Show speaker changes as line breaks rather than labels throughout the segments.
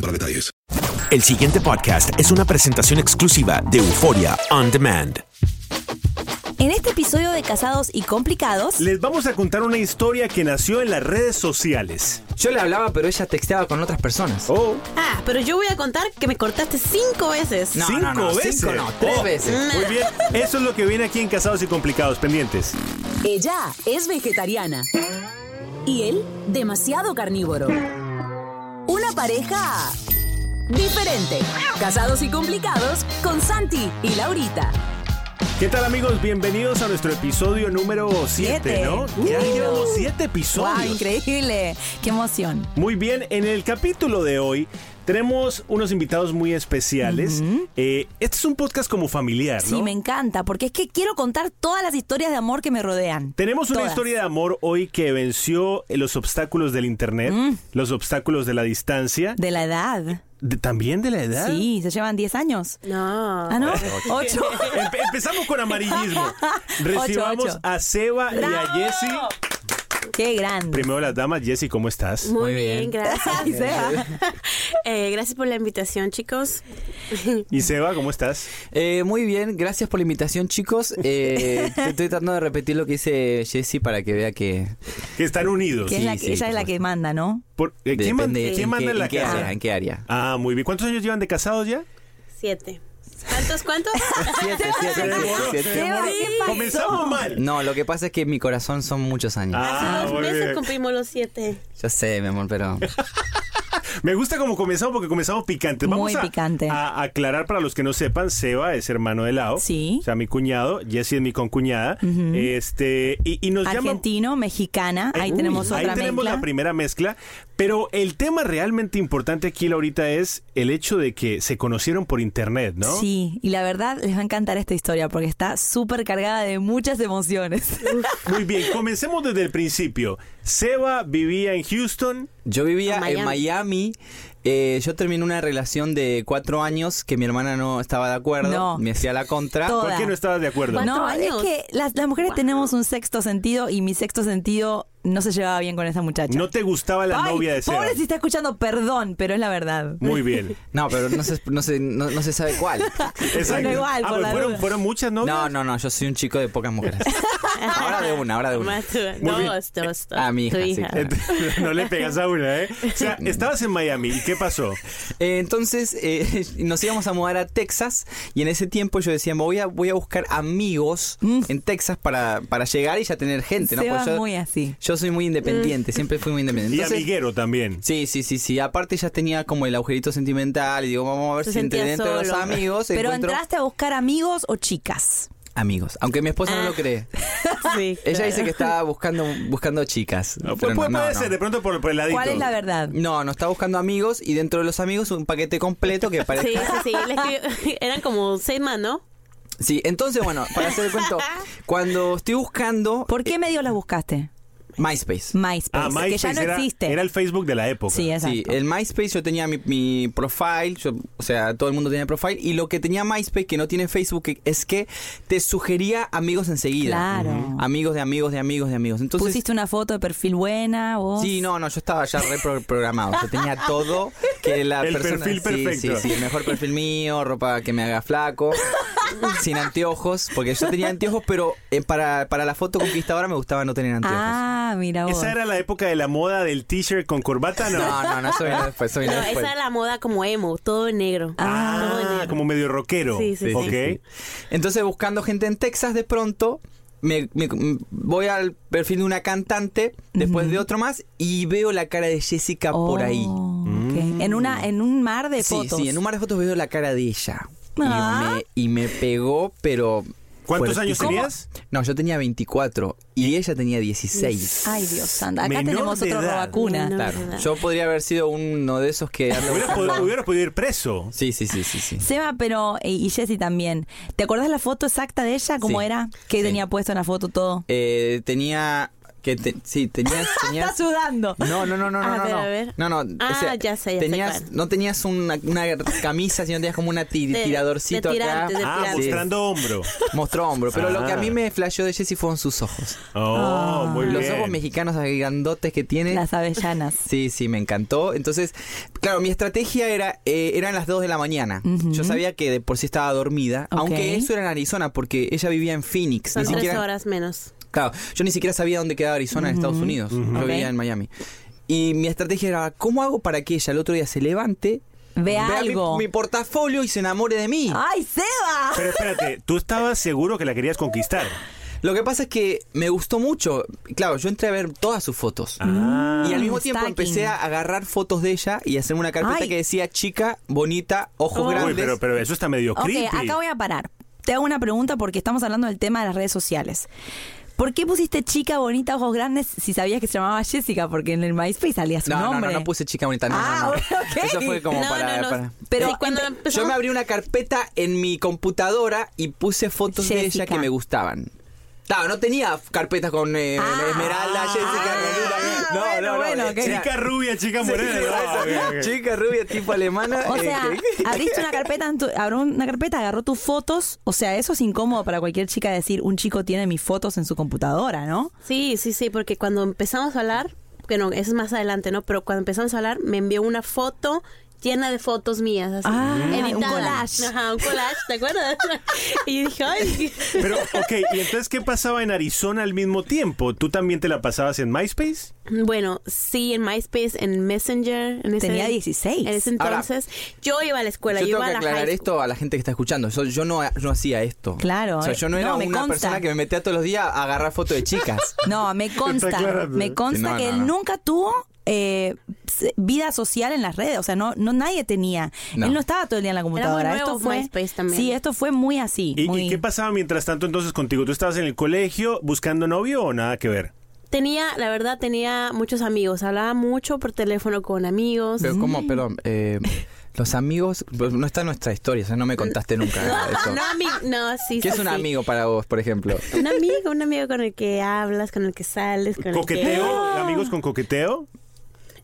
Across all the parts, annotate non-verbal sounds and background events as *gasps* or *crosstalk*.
para detalles.
El siguiente podcast es una presentación exclusiva de Euforia On Demand.
En este episodio de Casados y Complicados,
Les vamos a contar una historia que nació en las redes sociales.
Yo le hablaba, pero ella texteaba con otras personas.
Oh,
Ah, pero yo voy a contar que me cortaste cinco veces.
No,
cinco
no, no, cinco
veces. Oh,
no, tres veces.
Muy bien. Eso es lo que viene aquí en Casados y Complicados, pendientes.
ella es vegetariana y él demasiado carnívoro. Una pareja diferente. Casados y complicados con Santi y Laurita.
¿Qué tal, amigos? Bienvenidos a nuestro episodio número 7,
Siete.
¿no? Ya
Uh.
llevamos 7 episodios.
¡Wow! Increíble. ¡Qué emoción!
Muy bien, en el capítulo de hoy tenemos unos invitados muy especiales. Eh, este es un podcast como familiar, ¿no?
Sí, me encanta, porque es que quiero contar todas las historias de amor que me rodean.
Tenemos una
Todas.
historia de amor hoy que venció eh, los obstáculos del internet, los obstáculos de la distancia,
De la edad.
de- también de la edad.
Sí, se llevan 10 años.
No.
Ah, ¿no? *laughs* 8.
Empe- empezamos con
*laughs*
amarillismo. Recibamos
Ocho, ocho.
a Seba y a Jessy.
¡Qué grande!
Primero las damas, Jessy, ¿cómo estás?
Muy,
Muy
bien,
*laughs*
bien.
gracias.
Ay, Seba.
Eh, gracias por la invitación, chicos.
Y Seba, ¿cómo estás?
Eh, muy bien, gracias por la invitación, chicos. *laughs* Eh, te- estoy tratando de repetir lo que dice Jesse para que vea que.
Que están unidos.
Que es la
Sí,
que-
sí,
ella es
por
la
supuesto.
que manda, ¿no?
Por- eh, ¿Quién, man-
depende
quién
en
manda
qué,
en la
en qué
casa?
área, ¿En qué área?
Ah, muy bien. ¿Cuántos años llevan de casados ya?
Siete. ¿Cuántos, cuántos?
*laughs* Siete, siete, siete, siete.
Seba, ¿qué pasó?
Comenzamos mal.
No, lo que pasa es que en mi corazón son muchos años.
Ah,
Hace dos
muy
meses
bien.
cumplimos los siete.
Yo sé, mi amor, pero.
Me gusta como comenzamos porque comenzamos picantes. Vamos
Muy
a,
picante.
a aclarar para los que no sepan, Seba es hermano de Lao.
Sí.
O sea, mi cuñado, Jessy es mi concuñada. Este, y, y nos llama
Argentino, mexicana. Ahí
Eh, Uy,
tenemos otra
Ahí tenemos
mezcla.
la primera mezcla. Pero el tema realmente importante aquí, Laurita, es el hecho de que se conocieron por internet, ¿no?
Sí, y la verdad les va a encantar esta historia porque está súper cargada de muchas
*laughs*
emociones.
Muy bien, comencemos desde el principio. Seba vivía en Houston.
Yo vivía
A Miami.
en Miami. Eh, yo terminé una relación de cuatro años que mi hermana no estaba de acuerdo.
No.
Me hacía la
*laughs*
contra.
Toda.
¿Por qué no estabas de acuerdo?
¿Cuántos
No,
años?
es que las, las mujeres tenemos un sexto sentido y mi sexto sentido no se llevaba bien con esa muchacha.
No te gustaba la
Ay,
novia de Seba.
Pobre si está escuchando, perdón, pero es la verdad. *laughs*
Muy bien.
No, pero no se, no se, no- no se sabe *laughs* cuál.
Exacto.
igual,
Ah,
por
pues
la
fueron,
duda.
fueron muchas novias.
No, no, no, yo soy un chico de pocas *laughs* mujeres. Ahora de una, ahora de una.
Más tú.
Muy bien.
Dos, dos, dos.
Ah, mi
Tu
hija, sí,
hija.
claro.
*laughs* no le pegas a una, ¿eh? O sea, estabas en Miami. ¿Y qué pasó?
Eh, entonces eh, *laughs* nos íbamos a mudar a Texas y en ese tiempo yo decía, "Me voy a, voy a buscar amigos
Mm.
en Texas para, para llegar y ya tener gente. ¿no?
Seba
Porque yo,
muy así.
yo soy muy
Mm.
independiente, siempre fui muy independiente.
Y
Entonces,
amiguero también.
Sí, sí, sí, sí. Aparte ya tenía como el agujerito sentimental y digo, vamos a ver
Se
si entre
sentía
dentro de los
solo.
amigos
Pero
encuentro-
entraste a buscar amigos o chicas.
amigos. Aunque mi esposa no lo cree.
*laughs* Ah. *laughs* Sí,
Ella dice que está buscando, buscando chicas.
No,
pero
puede
no,
puede
no,
ser,
no.
de pronto por, por el ladito.
verdad?
No, no está buscando amigos y dentro de los amigos un paquete completo
*laughs*
que parece.
Sí, sí, sí. le escribió- *laughs* eran como seis más, ¿no?
Sí, entonces, bueno, para hacer el
*laughs*
cuento, cuando estoy buscando
¿Por qué medio la buscaste?
MySpace.
MySpace,
Ah,
que ya
MySpace
no
era,
existe.
era el Facebook de la época.
Sí, exacto.
Sí, el MySpace yo tenía mi, mi profile, yo- o sea, todo el mundo tenía profile, y lo que tenía MySpace que no tiene Facebook que- es que te sugería amigos enseguida.
Claro. Ujú.
Amigos de amigos de amigos de amigos. Entonces,
¿Pusiste una foto de perfil buena vos?
Sí, no, no, yo estaba ya reprogramado. Yo tenía todo que la
El
persona.
perfil
sí,
perfecto.
Sí, sí, el mejor perfil mío, ropa que me haga flaco, sin anteojos, porque yo tenía anteojos, pero eh, para, para la foto conquistadora me gustaba no tener anteojos.
Ah, mira vos.
Esa era la época de la moda del t-shirt con corbata,
*laughs*
¿no?
No, no, no, eso vino después, eso vino
No,
después.
esa era la moda como emo, todo en negro. Todo en
Ah,
negro.
como medio rockero.
Sí, sí, sí.
ok.
Entonces, buscando gente en Texas, de pronto me, me- m- voy al perfil de una cantante, después de otro más, y veo la cara de Jessica
Oh,
por ahí. Mm.
ok. En, una, en un mar de
sí,
fotos.
sí, en un mar de fotos veo la cara de ella. Y
Ah.
me- Y, me, pegó, pero.
¿Cuántos
fuertico.
años tenías?
No, yo tenía 24 y ella tenía 16.
Ay, Dios santo. Acá
Menor
tenemos
de
otro
edad.
robacuna.
Menor.
Claro, yo podría haber sido uno de
*laughs*
esos que anda
Hubieras
buscando-
pod- hubieras podido ir preso.
Sí, sí, sí, sí, sí.
Seba, pero. eh, Y y Jessy también. ¿Te acordás la foto exacta de ella? ¿Cómo
Sí.
era? ¿Qué
Sí.
tenía puesto en la foto todo?
Eh, tenía que te- sí, tenías,
*laughs*
tenías-
Está
*laughs*
sudando.
No, no, no, no,
A
no,
ver,
no.
a ver.
No, no.
Ah,
o sea,
ya sé, ya sé
tenías,
cuál.
No tenías una, una camisa, sino tenías como una ti-
De-
tiradorcito
de tirante,
acá.
de
Ah,
Claro.
mostrando hombro.
Mostró hombro. Pero lo que a
Ah.
mí me flasheó de Jesse fueron sus ojos.
Oh, muy bien.
Los ojos mexicanos grandotes que tiene.
Las avellanas.
Sí, sí, me encantó. Entonces, claro, mi estrategia era, eh, eran las 2 de la mañana. Yo sabía que de por sí estaba dormida,
Ok.
aunque eso era en Arizona, porque ella vivía en Phoenix.
Son
ni
tres
siquiera-
horas menos.
Claro, yo ni siquiera sabía dónde quedaba Arizona en Estados Unidos. Yo vivía en Miami. Y mi estrategia era, ¿cómo hago para que ella el otro día se levante,
Vea
mi-
algo. Ah.
Mi, portafolio y se enamore de mí?
¡Ay, Seba!
Pero espérate, tú estabas seguro que la querías conquistar.
Lo que pasa es que me gustó mucho. Claro, yo entré a ver todas sus fotos.
Ah.
Y al mismo tiempo
Stacking.
empecé a agarrar fotos de ella y hacer una carpeta
Ay.
que decía chica, bonita, ojos
Uy,
Oh. grandes.
pero, pero eso está medio
Ok,
creepy.
acá voy a parar. Te hago una pregunta porque estamos hablando del tema de las redes sociales. ¿Por qué pusiste chica bonita, ojos grandes si sabías que se llamaba Jessica? Porque en el MySpace salía su
no, no,
nombre.
no, no puse chica bonita, no, no,
Ah,
no.
ok.
*laughs* Eso
*laughs*
fue como
No,
para,
no, no.
para-
Pero
Sí, cuando empezamos-
Yo me abrí una carpeta en mi computadora y puse fotos de
Jessica.
ella que me gustaban. Claro, no tenía carpetas con eh, Esmeralda, Jessica, Romina. No,
Ah. bueno,
no, no.
bueno, ok.
Era-
Chica rubia, chica
*laughs* Sí,
morena.
era
Ah,
esa.
ok, ok.
Chica rubia tipo alemana.
O
eh,
sea,
*laughs* que-
abriste una carpeta, en tu- abrió una carpeta, agarró tus fotos. O sea, eso es incómodo para cualquier chica decir, un chico tiene mis fotos en su computadora, ¿no?
Sí, sí, sí, porque cuando empezamos a hablar, que no, eso es más adelante, ¿no? Pero cuando empezamos a hablar, me envió una foto llena de fotos mías, así,
Ah, un
editada.
collage.
Ajá, un collage, ¿te acuerdas? *laughs* y dije, ay,
Pero, ok, ¿y entonces qué pasaba en Arizona al mismo tiempo? ¿Tú también te la pasabas en MySpace?
Bueno, sí, en MySpace, en Messenger. En ese-
Tenía 16.
En ese
Ahora,
entonces, yo iba a la escuela,
yo
yo,
tengo que
iba a la high
aclarar
school.
esto a la gente que está escuchando. Yo, yo no, no hacía esto.
Claro,
O sea, yo no
eh.
era
No, me
una
consta.
persona que me metía todos los días a agarrar fotos
*laughs*
de chicas.
No, me
Está
consta.
aclarando.
Me consta
No,
que
no,
él
no.
nunca tuvo eh, se- vida social en las redes. O sea, no, no nadie tenía.
No.
Él no estaba todo el día en la computadora.
nuevo
esto fue,
MySpace también.
Sí, esto fue muy así.
¿Y, y
muy-
qué pasaba mientras tanto entonces contigo? ¿Tú estabas en el colegio buscando novio o nada que ver?
Tenía, la verdad, tenía muchos amigos. Hablaba mucho por teléfono con amigos.
Pero como, perdón, eh, los amigos, pues, no está en nuestra historia, o sea, no me contaste nunca
*laughs*
eso.
*laughs* No, ami- no, sí,
¿Qué
sí,
es un
sí.
amigo para vos, por ejemplo?
Un amigo, un amigo con el que hablas, con el que sales, con
¿Coqueteo?
el
Ah.
¿Amigos con coqueteo?
que...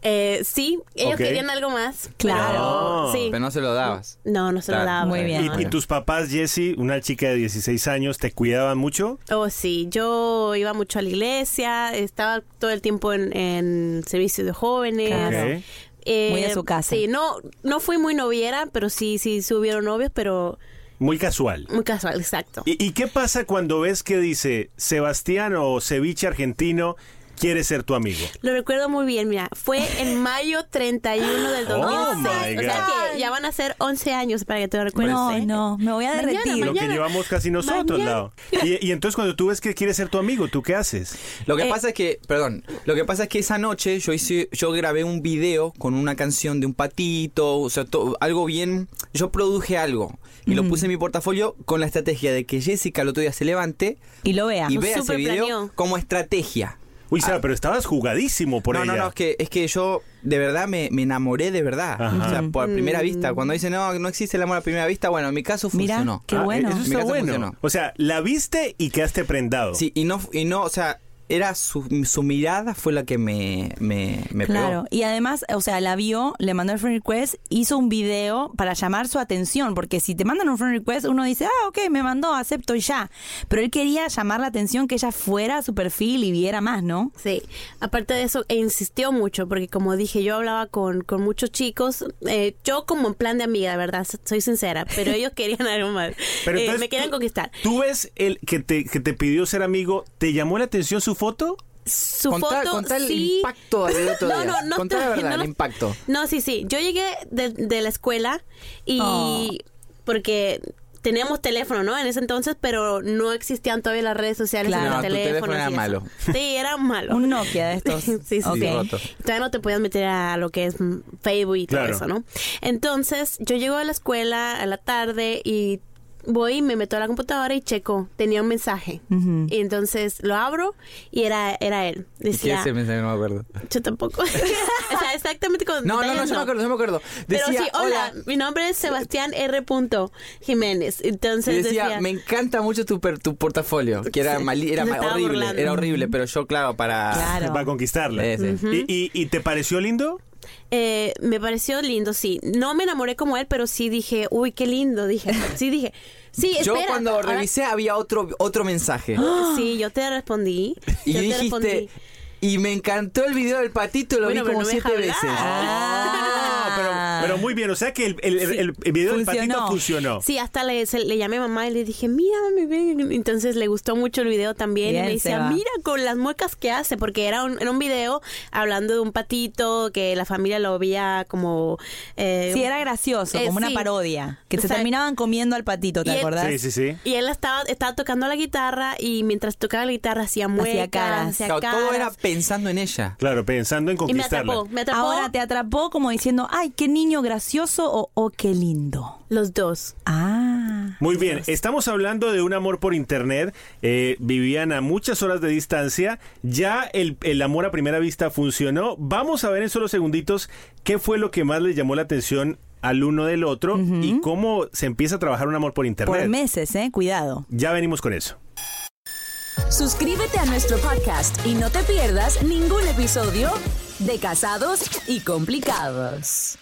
Eh, sí, ellos
Ok. Ah.
querían algo más.
Claro.
pero Sí.
Pero no se lo dabas.
No, no se lo
Claro.
daba.
Muy bien.
¿Y, y tus papás, Jesse, una chica de 16 años, te cuidaban mucho?
Oh, sí, yo iba mucho a la iglesia, estaba todo el tiempo en, en servicio de jóvenes.
Claro.
Ok.
Eh,
Muy a su casa.
Sí, no, no fui muy noviera, pero sí, sí, sí hubieron novios, pero
Muy casual.
muy casual, exacto.
¿Y, y qué pasa cuando ves que dice Sebastián o ceviche argentino quiere ser tu amigo.
Lo recuerdo muy bien, mira, fue en mayo 31 del 2006.
Oh, my
o sea
God.
que ya van a ser 11 años para que te lo recuerdes. ¿eh?
No, Pues, no, me voy a
Mañana,
derretir.
Lo que llevamos casi nosotros,
Mañana.
Lao. Y, y entonces cuando tú ves que quiere ser tu amigo, ¿tú qué haces?
Lo
Eh,
que pasa es que, perdón, lo que pasa es que esa noche yo hice, yo grabé un video con una canción de un patito, o sea, to- algo bien, yo produje algo y lo puse en mi portafolio con la estrategia de que Jessica el otro día se levante
Y lo vea.
y vea ese video como estrategia.
Uy, Sara, pero estabas jugadísimo por
Ah. no,
ella.
no, no, es que, es que yo de verdad me, me enamoré de verdad.
Ajá.
O sea, por primera vista. Cuando dicen, no, no existe el amor a primera vista, bueno, en mi caso
Mira,
funcionó.
qué
Ah,
bueno.
Eso
Mi
está
casa
bueno.
funcionó.
O sea, la viste y quedaste prendado.
Sí, y no, y no, o sea, era su, su mirada fue la que me, me, me pegó.
Claro, y además, o sea, la vio, le mandó el friend request, hizo un video para llamar su atención, porque si te mandan un friend request, uno dice, ah, ok, me mandó, acepto y ya. Pero él quería llamar la atención, que ella fuera a su perfil y viera más, ¿no?
Sí, aparte de eso, e insistió mucho, porque como dije, yo hablaba con, con muchos chicos, eh, yo como en plan de amiga, de verdad, so- soy sincera, pero
*laughs*
ellos querían algo más,
Pero
Eh,
entonces
me querían
tú-
conquistar.
¿Tú ves el que te, que te pidió ser amigo? ¿Te llamó la atención su foto?
Su
Contá-
foto,
contá el
sí.
impacto del otro
no,
día.
No, no,
Contá la verdad,
no,
el impacto.
No, sí, sí, yo llegué de, de la escuela y
Oh.
porque... Teníamos teléfono, ¿no? En ese entonces, pero no existían todavía las redes sociales
Claro.
en los
No, tu teléfono
teléfonos
era
y eso.
malo.
Sí, era malo.
Un Nokia de estos.
*laughs* sí, sí, sí.
Ok.
roto.
todavía no te podías meter a lo que es mm, Facebook y todo
Claro.
eso, ¿no? Entonces, yo llego a la escuela a la tarde y voy y me meto a la computadora y checo, tenía un mensaje.
Ujú.
Y entonces lo abro y era, era él.
¿Qué
Decía,
ese mensaje? No me
*laughs*
acuerdo.
yo tampoco. o sea, exactamente con
No, no, no,
detalles,
yo me acuerdo, yo me acuerdo. Decía,
Pero sí, hola, mi nombre es Sebastián R. punto Jiménez.
Y
Entonces
decía, me encanta mucho tu, per- tu portafolio, que era,
Sí,
mali- era
me
ma-
estaba
horrible,
burlando.
era horrible, pero yo, claro, para...
Claro.
Para conquistarla.
Eh, sí. Ujú.
¿Y- y, y te pareció lindo?
Eh, me pareció lindo, sí. No me enamoré como él, pero sí dije, uy, qué lindo, dije. Sí, dije. Sí,
Yo
espera.
cuando
ahora-
revisé había otro, otro mensaje.
¡Ah!
Sí, yo te respondí.
Y
yo te
dijiste,
respondí.
y me encantó el video del patito, lo
Bueno,
vi
pero
como
no me
siete
deja
veces.
Ah.
Pero muy bien, o sea que el, el- el- el video del patito
Funcionó.
funcionó.
Sí, hasta le, se- le llamé a mamá y le dije, mira, mami, ven". Entonces le gustó mucho el video también.
Bien,
y me decía,
Seba.
mira con las muecas que hace, porque era un, era un video hablando de un patito que la familia lo veía como. eh,
Sí, era gracioso,
Eh,
como una
sí.
parodia. Que se
O sea,
terminaban comiendo al patito,
y
¿te
él-
acordás?
sí, sí. sí.
Y él estaba, estaba tocando la guitarra y mientras tocaba la guitarra hacía muecas,
caras.
hacía
Claro, todo
caras.
era pensando en ella.
Claro, pensando en
Y me
conquistarla.
atrapó, me atrapó.
Ahora te atrapó como diciendo, ay, qué niño gracioso o oh, qué lindo.
Los dos.
Ah.
Muy bien, estamos hablando de un amor por internet. Eh, vivían a muchas horas de distancia. Ya el, el amor a primera vista funcionó. Vamos a ver en solo segunditos qué fue lo que más les llamó la atención al uno del otro y cómo se empieza a trabajar un amor por internet.
Por meses, ¿eh? Cuidado.
Ya venimos con eso.
Suscríbete a nuestro podcast y no te pierdas ningún episodio de Casados y Complicados.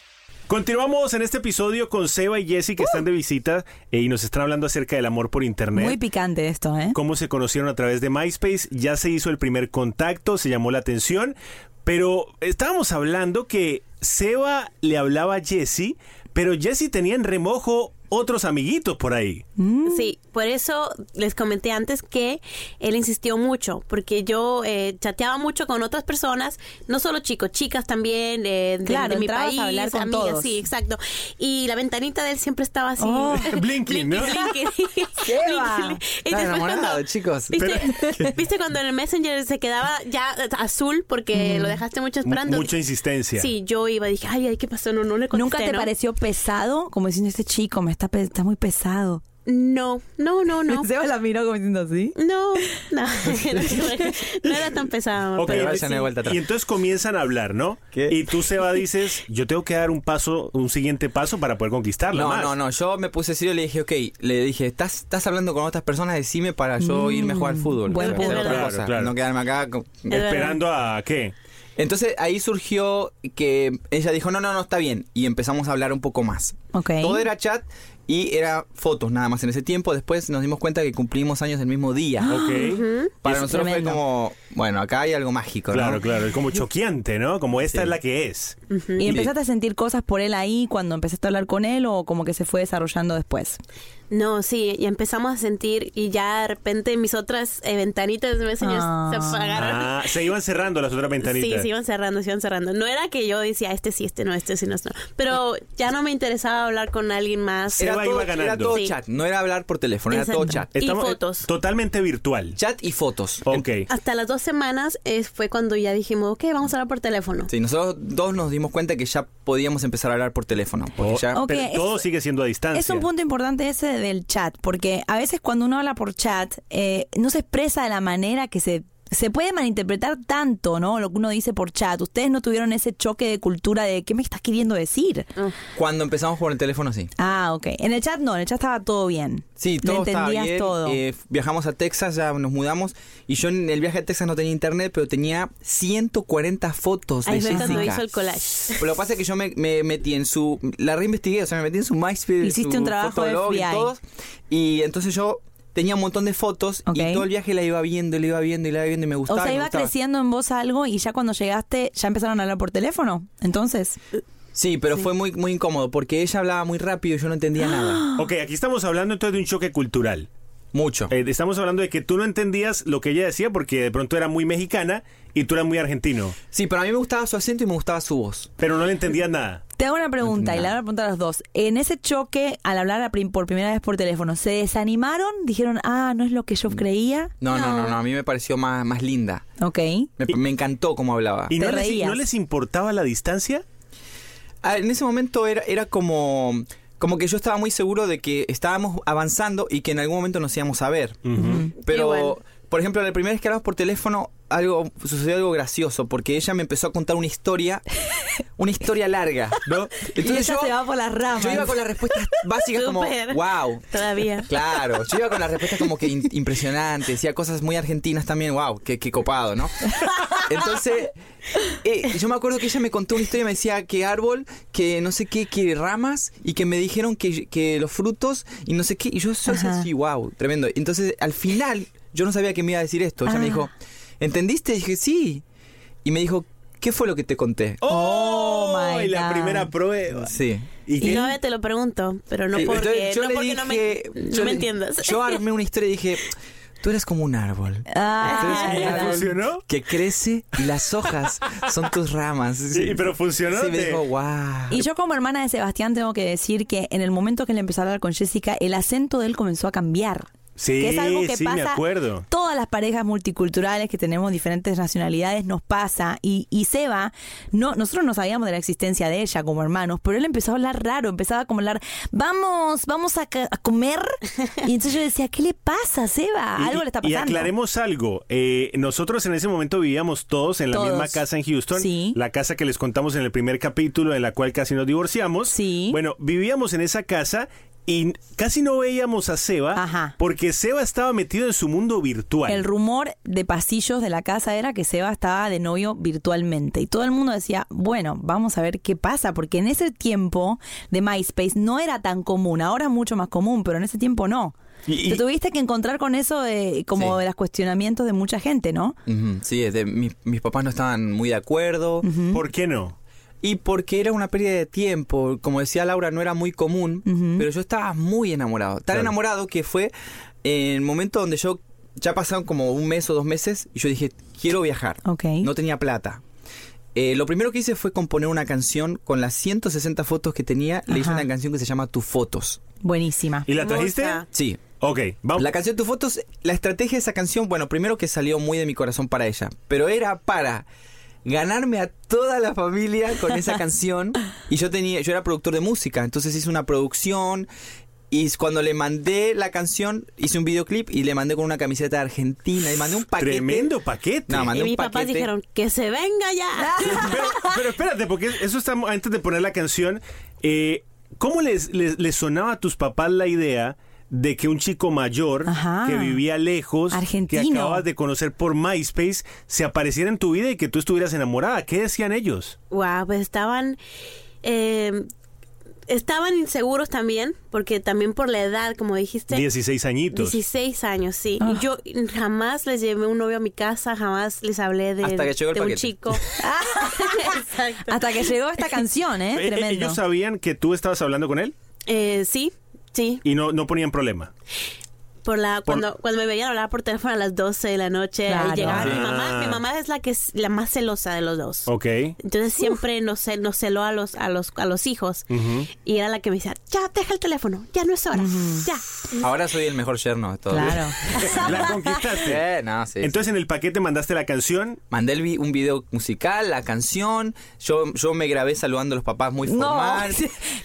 Continuamos en este episodio con Seba y Jessy que están de visita eh, y nos están hablando acerca del amor por internet.
Muy picante esto, ¿eh?
cómo se conocieron a través de MySpace, ya se hizo el primer contacto, se llamó la atención, pero estábamos hablando que Seba le hablaba a Jesse, pero Jesse tenía en remojo otros amiguitos por *laughs* ahí.
Mm.
Sí, por eso les comenté antes que él insistió mucho, porque yo eh, chateaba mucho con otras personas, no solo chicos, chicas también, eh, de,
Claro,
de mi
entrabas a
país,
hablar con
amigas,
todos.
sí, exacto. Y la ventanita de él siempre estaba así.
Oh.
Blinking, ¿no?
*laughs* Blinky,
*laughs* Seba.
Y
Estaba
después
enamorado,
cuando-
*laughs*
chicos.
¿viste, *laughs* viste cuando en el Messenger se quedaba ya azul porque
Mm.
lo dejaste mucho esperando?
Mucha insistencia.
Sí, yo iba, dije, ay, ay, ¿qué pasó? No, no le contesté,
¿Nunca te
¿no?
pareció pesado? Como diciendo, este chico me está, pe- está muy pesado.
No, no, no,
*laughs*
no.
Seba la miró como diciendo, ¿sí?
No, no, *laughs* no era tan pesado.
Ok,
Pero
pero
vaya, no
sí.
hay vuelta atrás.
Y entonces comienzan a hablar, ¿no?
¿Qué?
Y tú, Seba, dices, yo tengo que dar un paso, un siguiente paso para poder conquistarla.
No,
más".
no, no, yo me puse serio y le dije, ok, le dije, ¿estás, estás hablando con otras personas? Decime para yo irme a jugar al fútbol.
buen
o sea, hacer
punto.
otra
Claro,
cosa,
claro.
No quedarme acá. con-
Esperando a qué.
Entonces ahí surgió que ella dijo, no, no, no, está bien. Y empezamos a hablar un poco más.
Ok.
Todo era chat Y era fotos nada más en ese tiempo. Después nos dimos cuenta que cumplimos años el mismo día.
*gasps* Ok. Ujú.
Para
Es
nosotros
tremendo.
fue como, bueno, acá hay algo mágico,
Claro,
¿no?
claro. *laughs* Es como choqueante, ¿no? Como esta es la que es.
¿Y empezaste a sentir cosas por él ahí cuando empezaste a hablar con él o como que se fue desarrollando después?
No, sí, y empezamos a sentir y ya de repente mis otras eh, ventanitas de Messenger se apagaron.
Ah, se iban cerrando las otras
Sí,
ventanitas.
se iban cerrando, se iban cerrando. No era que yo decía, este sí, este no, este sí, no, este no. Pero ya no me interesaba hablar con alguien más.
Era todo, era todo
Sí.
chat, no era hablar por teléfono, era todo
Exacto.
chat.
Y Estamos- fotos.
eh, Totalmente virtual.
Chat y fotos.
Ok.
Hasta las dos semanas eh, fue cuando ya dijimos, ok, vamos a hablar por teléfono.
Sí, nosotros dos nos dimos cuenta que ya podíamos empezar a hablar por teléfono. porque ya-
Oh. Ok, pero todo es-
sigue siendo a distancia.
Es un punto importante ese del chat, porque a veces cuando uno habla por chat, eh, no se expresa de la manera que se... Se puede malinterpretar tanto, ¿no? Lo que uno dice por chat. Ustedes no tuvieron ese choque de cultura de ¿qué me estás queriendo decir?
Oh,
Cuando empezamos por el teléfono, sí.
Ah, ok. En el chat no, en el chat estaba todo bien.
Sí,
Le
todo estaba
entendías
bien.
todo.
Eh, viajamos a Texas, ya nos mudamos. Y yo en el viaje a Texas no tenía internet, pero tenía 140 fotos de
Ahí fue cuando
Jessica.
hizo el collage.
Pero lo que pasa es que yo me, me metí en su. La reinvestigué, o sea, me metí en su MySpace.
Hiciste
su
un trabajo de
Fotolog
FBI.
Y, todos, y entonces yo tenía un montón de fotos y todo el viaje la iba viendo, y la iba viendo, y la iba viendo, y me
O
gustaba.
sea,
y me
iba
gustaba.
creciendo en vos algo y ya cuando llegaste ya empezaron a hablar por teléfono. Entonces,
Sí, pero fue muy, muy incómodo porque ella hablaba muy rápido y yo no entendía
Ah,
nada.
Ok, aquí estamos hablando entonces de un choque cultural. Eh,
Mucho.
estamos hablando de que tú no entendías lo que ella decía porque de pronto era muy mexicana y tú eras muy argentino.
Sí, pero a mí me gustaba su acento y me gustaba su voz.
Pero no le entendías nada.
te hago una pregunta y le hago una pregunta a los dos. En ese choque, al hablar a prim- por primera vez por teléfono, ¿se desanimaron? ¿Dijeron, ah, no es lo que yo creía?
Mm. No, no, no, no, a mí me pareció más, más linda.
Ok.
Me, me encantó cómo hablaba.
¿Y no les, no les importaba la distancia?
Ah, en ese momento era, era como, como que yo estaba muy seguro de que estábamos avanzando y que en algún momento nos íbamos a ver. Pero, por ejemplo, la primera vez que hablamos por teléfono, algo sucedió algo gracioso, porque ella me empezó a contar una historia, una historia larga, ¿no?
*laughs* y ella se va por las ramas.
yo iba con las respuestas básicas
*laughs*
como,
Súper.
wow.
Todavía.
Claro, yo iba con las respuestas como que in- impresionantes, decía cosas muy argentinas también, wow, qué, qué copado, ¿no? Entonces, eh, yo me acuerdo que ella me contó una historia, me decía que árbol, que no sé qué, que ramas, y que me dijeron que, que los frutos, y no sé qué, y yo soy así, wow, tremendo. Entonces, al final, yo no sabía que me iba a decir esto, ella
Ah.
me dijo, ¿entendiste? Y dije, sí. Y me dijo, ¿qué fue lo que te conté?
¡Oh,
my
la
God.
primera prueba.
Sí.
Y, todavía te lo pregunto, pero no
Sí,
porque,
entonces yo
no,
le
porque no me,
dije-
no
yo le-
me entiendas.
Yo armé una historia y dije, tú eres como un árbol.
Ah,
Tú eres un árbol Que crece y las hojas son tus ramas.
Sí, pero funcionó,
Sí, me
te-
dijo, wow.
Y yo como hermana de Sebastián tengo que decir que en el momento que él empezó a hablar con Jessica, el acento de él comenzó a cambiar.
Sí,
que es algo que
sí,
pasa
me acuerdo.
todas las parejas multiculturales que tenemos diferentes nacionalidades nos pasa y, y Seba no nosotros no sabíamos de la existencia de ella como hermanos pero él empezó a hablar raro empezaba como a hablar vamos vamos a, ca- a comer y entonces yo decía qué le pasa Seba algo le está
Y
pasando
aclaremos algo. eh, nosotros en ese momento vivíamos todos en la
Todos.
misma casa en Houston. La casa que les contamos en el primer capítulo, en la cual casi nos divorciamos. Bueno, vivíamos en esa casa y casi no veíamos a Seba porque Seba estaba metido en su mundo virtual.
el rumor de pasillos de la casa era que Seba estaba de novio virtualmente y todo el mundo decía, bueno, vamos a ver qué pasa, porque en ese tiempo de MySpace no era tan común, ahora es mucho más común, pero en ese tiempo no. Te tuviste que encontrar con eso de, como de los cuestionamientos de mucha gente, ¿no?
Ujú, Sí, es de- mis, mis papás no estaban muy de acuerdo.
¿Por qué no?
Y porque era una pérdida de tiempo. Como decía Laura, no era muy común, pero yo estaba muy enamorado. Tan enamorado que fue el momento donde yo, ya pasaron como un mes o dos meses, y yo dije, quiero viajar.
Ok.
No tenía plata. Eh, lo primero que hice fue componer una canción con las 160 fotos que tenía. Le hice una canción que se llama Tus fotos.
Buenísima.
¿Y la trajiste?
Sí.
Ok, vamos.
La canción Tus fotos, la estrategia de esa canción, bueno, primero que salió muy de mi corazón para ella, pero era para ganarme a toda la familia con esa canción y yo tenía yo era productor de música, entonces hice una producción y cuando le mandé la canción, hice un videoclip y le mandé con una camiseta de Argentina, y mandé un paquete.
Tremendo paquete.
No, Ah, mandé
y
un
mis papás
paquete.
dijeron, que se venga ya.
*laughs*
*laughs*
Pero espérate, porque eso está antes de poner la canción. eh, ¿Cómo les, les, les sonaba a tus papás la idea de que un chico mayor
Ajá.
que vivía lejos, que
Argentino.
acabas de conocer por MySpace, se apareciera en tu vida y que tú estuvieras enamorada? ¿Qué decían ellos?
Wow, pues estaban eh, estaban inseguros también, porque también por la edad, como dijiste.
16 añitos.
16 años, sí. Y yo jamás les llevé un novio a mi casa, jamás les hablé de,
Hasta que llegó el
de un
paquete.
chico.
Hasta que llegó
*laughs*
esta canción, ¿eh?
Eh, eh,
Tremendo.
¿Ellos sabían que tú estabas hablando con él?
Eh, sí, sí.
Y no, no ponían problema.
Por la,
Por-
Cuando, cuando me veían hablar por teléfono a las 12 de la noche, ahí
Claro.
llegaba mi
Ah.
mamá. Mi mamá es la que es la más celosa de los dos.
Ok.
*laughs*
Entonces siempre nos, ce- nos celó a los, a los, a los hijos.
Ujú.
Y era la que me decía, ya, deja el teléfono, ya no es hora, ya.
Ahora soy el mejor yerno de todos.
Claro.
¿La conquistaste?
Eh, no, sí,
Entonces en el paquete mandaste la canción.
Mandé el vi- un video musical, la canción. Yo, yo me grabé saludando a los papás muy
No, *laughs*
formal.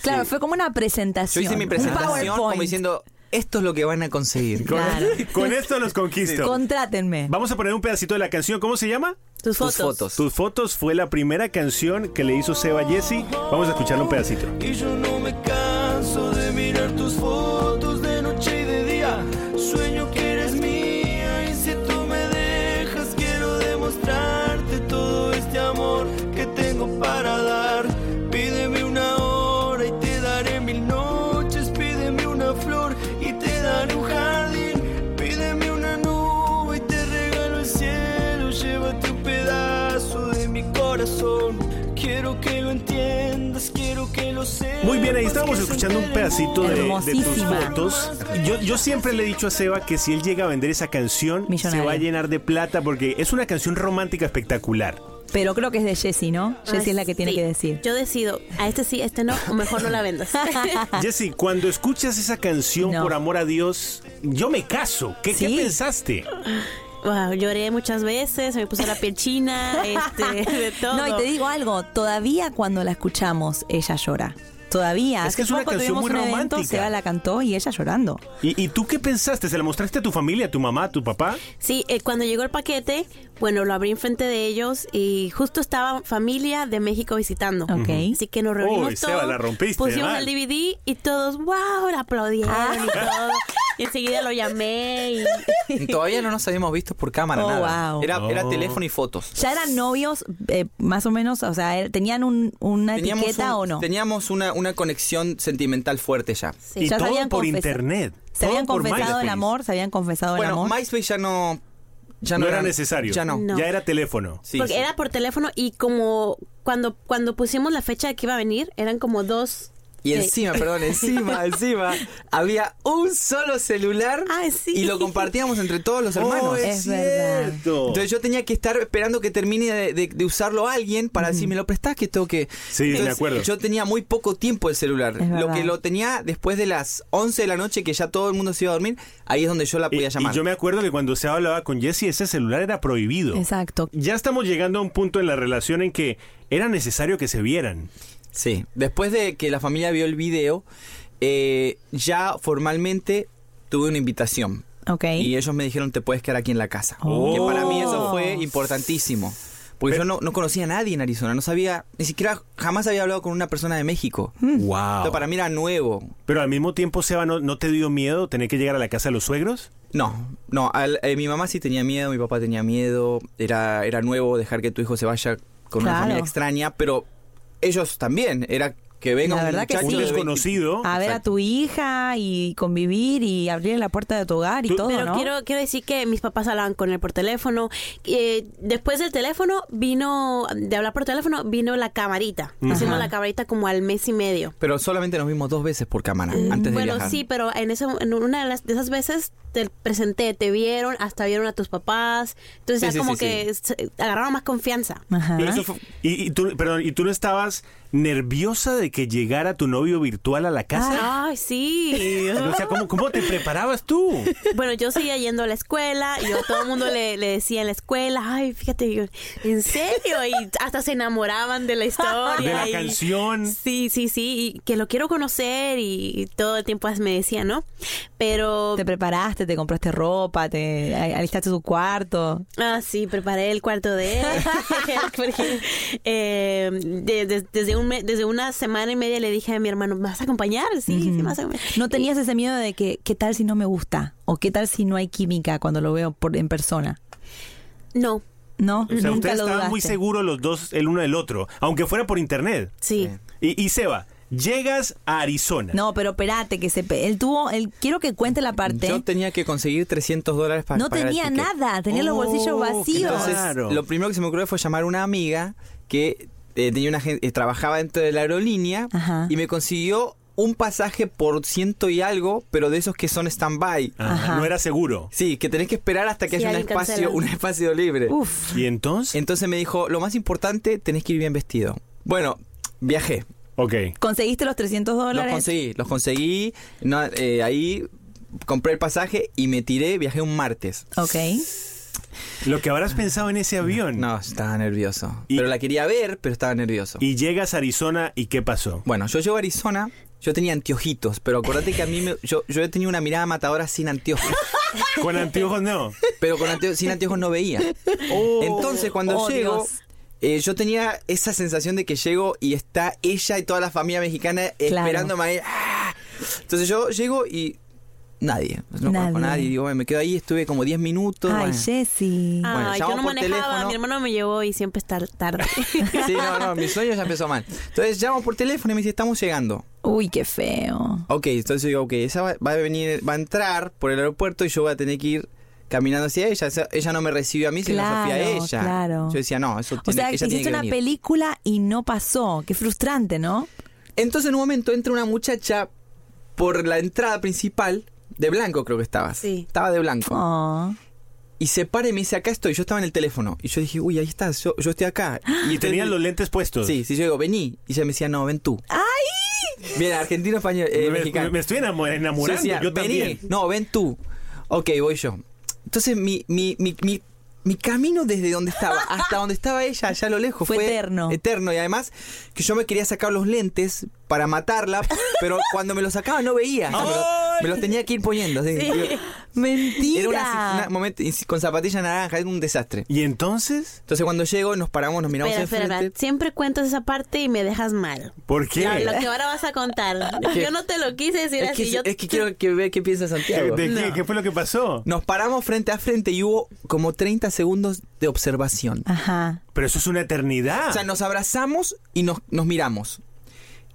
claro, fue como una
Yo
presentación.
hice mi
un
presentación como
PowerPoint.
diciendo, esto es lo que van a conseguir.
Con,
*laughs*
con esto los conquisto.
Contrátenme.
Vamos a poner un pedacito de la canción. ¿Cómo se llama?
Tus
fotos. fotos.
Tus fotos fue la primera canción que le hizo Seba Jesse. Vamos a escucharlo un pedacito.
Y yo no me canso de mirar tus fotos de noche y de día. Sueño que eres mía y si tú me dejas quiero demostrarte todo este amor que tengo para dar. Pídeme una hora y te daré mil noches. Pídeme una flor y te daré un jardín. Pídeme una nube y te regalo el cielo. Llévate un pedazo de mi corazón. Quiero que lo entiendas, quiero que lo sepas.
Muy bien, ahí estábamos escuchando un pedacito de, de tus
Hermosísima.
fotos. Yo, yo siempre le he dicho a Seba que si él llega a vender esa canción, se va a llenar de plata porque es una canción romántica espectacular.
Pero creo que es de Jessie,
Ah,
¿no? Jessie es la que tiene que decir.
Yo decido, a este sí, a este no, o mejor no
*laughs*
la vendas.
Jessy, cuando escuchas esa canción por amor a Dios, yo me caso. ¿Qué, qué pensaste?
Wow, lloré muchas veces, me puse la piel china,
*laughs*
este, de todo.
No, y te digo algo, todavía cuando la escuchamos, ella llora. Todavía.
Es
Hace
que es una
poco
canción
tuvimos
muy
un evento,
romántica.
Seba la cantó y ella llorando.
¿Y, y tú qué pensaste? ¿Se la mostraste a tu familia, a tu mamá, a tu papá?
Sí, eh, cuando llegó el paquete, bueno, lo abrí enfrente de ellos y justo estaba familia de México visitando.
Ok.
Así que nos reunimos
Uy,
todos.
Seba, la rompiste,
Pusimos
mal.
el DVD y todos, wow, la aplaudieron y todo. Y enseguida lo llamé y...
Todavía no nos habíamos visto por cámara,
Oh,
nada.
wow.
Era, era
Oh.
teléfono y fotos.
¿Ya eran novios, eh, más o menos? O sea, er- ¿tenían un- una etiqueta
un-
o no?
Teníamos una, una conexión sentimental fuerte ya.
Y Ya se todo habían por confesa-
internet.
¿Se habían confesado el amor? ¿Se habían confesado el
Bueno,
amor?
MySpace ya no... Ya
no,
no,
era necesario.
Ya no.
Ya era teléfono.
Porque era por teléfono y como cuando, cuando pusimos la fecha de que iba a venir, eran como dos...
Y
eh,
*laughs*
encima, perdón, encima, encima, había un solo celular
Ah,
y lo compartíamos entre todos
Oh,
los hermanos.
es Es verdad. cierto.
Entonces yo tenía que estar esperando que termine de, de- de usarlo alguien para decir, ¿me lo prestás? Que tengo que...
Sí, de acuerdo.
Yo tenía muy poco tiempo el celular.
Es
Lo
verdad.
que lo tenía después de las 11 de la noche, que ya todo el mundo se iba a dormir, ahí es donde yo la podía llamar.
Y yo me acuerdo que cuando se hablaba con Jesse, ese celular era prohibido.
Exacto.
Ya estamos llegando a un punto en la relación en que era necesario que se vieran.
Sí. Después de que la familia vio el video, eh, ya formalmente tuve una invitación.
Ok.
Y ellos me dijeron, te puedes quedar aquí en la casa.
Oh.
Que para mí eso fue importantísimo. Porque yo no, no conocía a nadie en Arizona, no sabía, ni siquiera jamás había hablado con una persona de México.
Hmm.
Wow.
para mí era nuevo.
Pero al mismo tiempo, Seba, ¿no, no te dio miedo tener que llegar a la casa de los suegros?
No, no, al- eh, mi mamá sí tenía miedo, mi papá tenía miedo, era, era nuevo dejar que tu hijo se vaya con una
Claro.
familia extraña, pero ellos también, era que venga
La
un
verdad que
muchacho
sí.
de 20.
A ver a tu hija y convivir y abrir la puerta de tu hogar y todo,
Pero
¿no?
quiero, quiero decir que mis papás hablaban con él por teléfono. Eh, después del teléfono vino, de hablar por teléfono, vino la camarita.
Ujú.
Hicimos la camarita como al mes y medio.
Pero solamente nos vimos dos veces por cámara antes de
bueno,
viajar.
sí, pero en, ese, en una de, las- de esas veces te presenté, te vieron, hasta vieron a tus papás. Entonces
Sí,
ya
sí,
como
sí,
que se- agarraron más confianza.
Pero eso fue- y, y tú, perdón, ¿y tú no estabas nerviosa de que llegara tu novio virtual a la casa?
Ay, sí.
O sea, ¿cómo, cómo te preparabas
*laughs*
tú?
Bueno, yo seguía yendo a la escuela, y yo todo el mundo le, le decía en la escuela, ay, fíjate, yo, en serio, y hasta se enamoraban
*laughs*
de la historia.
De la
y-
canción.
Sí, sí, sí, y que lo quiero conocer y, y todo el tiempo me decía, ¿no? Pero...
Te preparaste, te compraste ropa, te a- alistaste tu cuarto.
Ah, sí, preparé el cuarto de él.
*laughs*
*laughs* Porque, eh, de- de- desde, un me- desde una semana y media le dije a mi hermano, ¿me vas a acompañar? Sí, sí, me vas a acompañar.
¿No tenías ese miedo de que qué tal si no me gusta? ¿O qué tal si no hay química cuando lo veo por, en persona?
No.
No,
O sea,
nunca
ustedes
lo
estaban muy
dudaste.
seguros los dos el uno del otro, aunque fuera por internet.
Sí.
Y, y Seba, Llegas a Arizona.
No, pero espérate, que se pe- él tuvo, él quiero que cuente la parte.
Yo tenía que conseguir 300 dólares para
no
pagar el
tenía
ticket.
nada, tenía los
Oh,
bolsillos vacíos.
Entonces, lo primero que se me ocurrió fue llamar a una amiga que eh, tenía una gen- eh, trabajaba dentro de la aerolínea y me consiguió un pasaje por ciento y algo, pero de esos que son stand-by.
Ah.
Ajá. No era seguro.
Sí, que tenés que esperar hasta que
Sí,
haya un
alguien
espacio,
cancela.
un espacio libre.
¿Y entonces?
Entonces me dijo, lo más importante, tenés que ir bien vestido. Bueno, viajé.
Ok.
¿Conseguiste los 300
Los
dólares?
conseguí, los conseguí. no, eh, ahí compré el pasaje y me tiré, viajé un martes.
Ok.
Lo que habrás pensado en ese avión.
No, estaba nervioso. pero la quería ver, pero estaba nervioso.
Y llegas a Arizona y ¿qué pasó?
Bueno, yo llego a Arizona, yo tenía anteojitos, pero acordate que a mí me- yo, yo tenía una mirada matadora sin anteojos.
Con anteojos no.
Pero con anteo- sin anteojos no veía. Entonces cuando
Oh,
llego,
Dios.
eh, yo tenía esa sensación de que llego y está ella y toda la familia mexicana esperándome ahí. ¡Ah! Entonces yo llego y nadie, no conozco a
Nadie.
nadie. Digo, "Bueno, me quedo ahí, estuve como 10 minutos.
Ay,
bueno.
Jessy.
Bueno,
Ay,
llamo
Ah, yo no
por
manejaba,
teléfono.
mi hermano me llevó y siempre está
*laughs*
tarde. *laughs*
Sí, no, no, mi sueño ya empezó mal. Entonces llamo por teléfono y me dice, estamos llegando.
Uy, qué feo.
Ok, entonces yo digo, ok, esa va, va a venir, va a entrar por el aeropuerto y yo voy a tener que ir caminando hacia ella. O sea, ella no me recibió a mí, sino yo fui a
Claro,
ella.
claro.
Yo decía, no, eso
O
tiene,
sea,
ella tiene
hiciste
que
una
venir.
película y no pasó. Qué frustrante, ¿no?
Entonces en un momento entra una muchacha por la entrada principal, de blanco creo que estaba. Estaba de blanco.
Oh.
Y se para y me dice, acá estoy. Yo estaba en el teléfono. Y yo dije, uy, ahí estás, yo, yo estoy acá.
*gasps* Y tenían los lentes puestos.
Sí, sí, yo digo, vení. Y ella me decía, no, ven tú.
¡Ay!
Bien, argentino, español, eh,
me,
mexicano.
me estoy enamo- enamorando,
Sí, sí,
yo
vení.
también.
No, ven tú. Ok, voy yo. Entonces, mi, mi, mi, mi, mi camino desde donde estaba hasta donde estaba ella, allá a lo lejos, fue, eterno. Eterno. Y además, que yo me quería sacar los lentes para matarla, pero cuando me los sacaba no veía. Me los- me los tenía que ir poniendo. así.
*laughs*
Mentira.
Era una, una- momento, y con zapatilla naranja, era un desastre.
¿Y entonces?
Entonces, cuando llego, nos paramos, nos miramos
Espera,
enfrente.
espera, espera. siempre cuentas esa parte y me dejas mal.
¿Por
Ya, Lo que ahora vas a contar.
*laughs* Es que-
yo no te lo quise decir
Es
así.
que,
yo
es que quiero que vea qué piensa Santiago.
¿De qué? ¿Qué fue lo que pasó?
Nos paramos frente a frente y hubo como 30 segundos de observación.
Ah. Ajá.
Pero eso es una eternidad.
O sea, nos abrazamos y nos, nos miramos.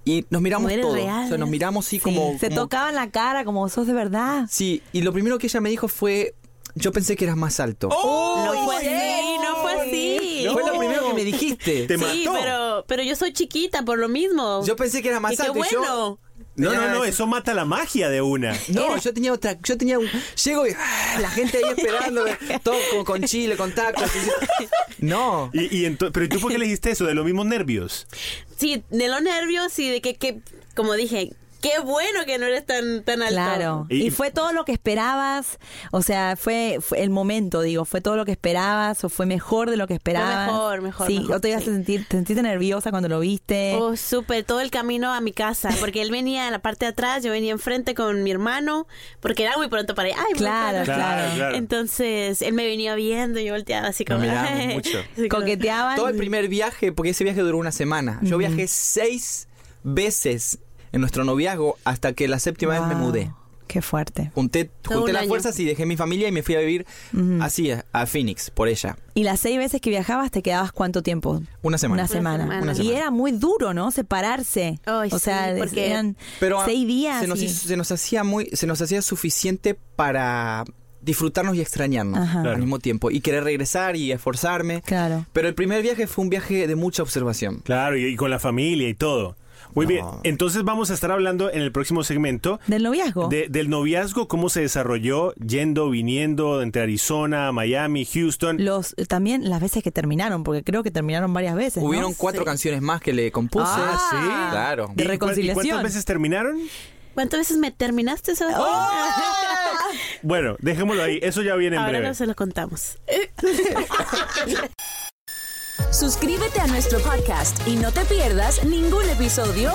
Y nos miramos
No era
todos.
real.
O sea, nos miramos sí,
Sí.
como...
Se
como-
tocaban la cara como sos de verdad.
Sí, y lo primero que ella me dijo fue... Yo pensé que eras más alto.
no fue así, *laughs* no fue así.
Pues, Fue lo primero que me dijiste. Te
sí,
mató.
pero, pero yo soy chiquita, por lo mismo.
Yo pensé que era más
y qué
alto y yo-
bueno.
No, no,
Ya,
no,
es-
eso mata la magia de
*laughs*
una.
No, yo tenía otra, yo tenía un... Llego y ah, la gente ahí esperando, todo con, con chile, con tacos. No.
Y, y ento- pero ¿y tú por qué le dijiste eso? De los mismos nervios.
Sí, de los nervios y de que, que como dije, qué bueno que no eres tan, tan alto.
Claro. Y, fue todo lo que esperabas. O sea, fue, fue el momento, digo. ¿Fue todo lo que esperabas o fue mejor de lo que esperabas?
mejor, mejor,
Sí,
mejor,
¿o te ibas a sentir, te sentiste nerviosa cuando lo viste?
Oh, súper, todo el camino a mi casa, porque él venía en la parte de atrás, yo venía enfrente con mi hermano, porque era muy pronto para ir. Ay,
Claro,
muy pronto.
claro. Claro.
Entonces, él me venía viendo y yo volteaba *laughs* así como...
Nos mirábamos
"Ay".
mucho.
Sí, como-
Todo el primer viaje, porque ese viaje duró una semana. Yo viajé seis veces en nuestro noviazgo hasta que la séptima vez me
Wow.
mudé.
Qué fuerte.
Junté,
Todo
junté
un
las
año.
fuerzas y dejé mi familia y me fui a vivir así a, a Phoenix por ella.
Y las seis veces que viajabas, ¿te quedabas cuánto tiempo?
Una semana.
Una semana.
Una
Y
semana.
era muy duro, ¿no? Separarse. o sea,
porque-
eran
Pero ah,
seis días.
Se nos,
y-
hizo- se nos hacía muy, se nos hacía suficiente para disfrutarnos y extrañarnos
Ajá. Claro.
al mismo tiempo y querer regresar y esforzarme.
Claro.
Pero el primer viaje fue un viaje de mucha observación.
Claro, y, y con la familia y todo. Muy bien, entonces vamos a estar hablando en el próximo segmento
Del noviazgo.
de- del noviazgo, cómo se desarrolló, yendo, viniendo, entre Arizona, Miami, Houston.
los eh, También las veces que terminaron, porque creo que terminaron varias veces. ¿no?
Hubieron cuatro canciones más que le compuse.
Ah, sí.
Claro.
De ¿Y cu- y reconciliación. cuántas veces
terminaron?
¿Cuántas veces me terminaste,
Oh,
Ah, Sebastián?
Bueno, dejémoslo ahí, eso ya viene en
Ahora
breve.
no se los contamos.
Suscríbete a nuestro podcast y no te pierdas ningún episodio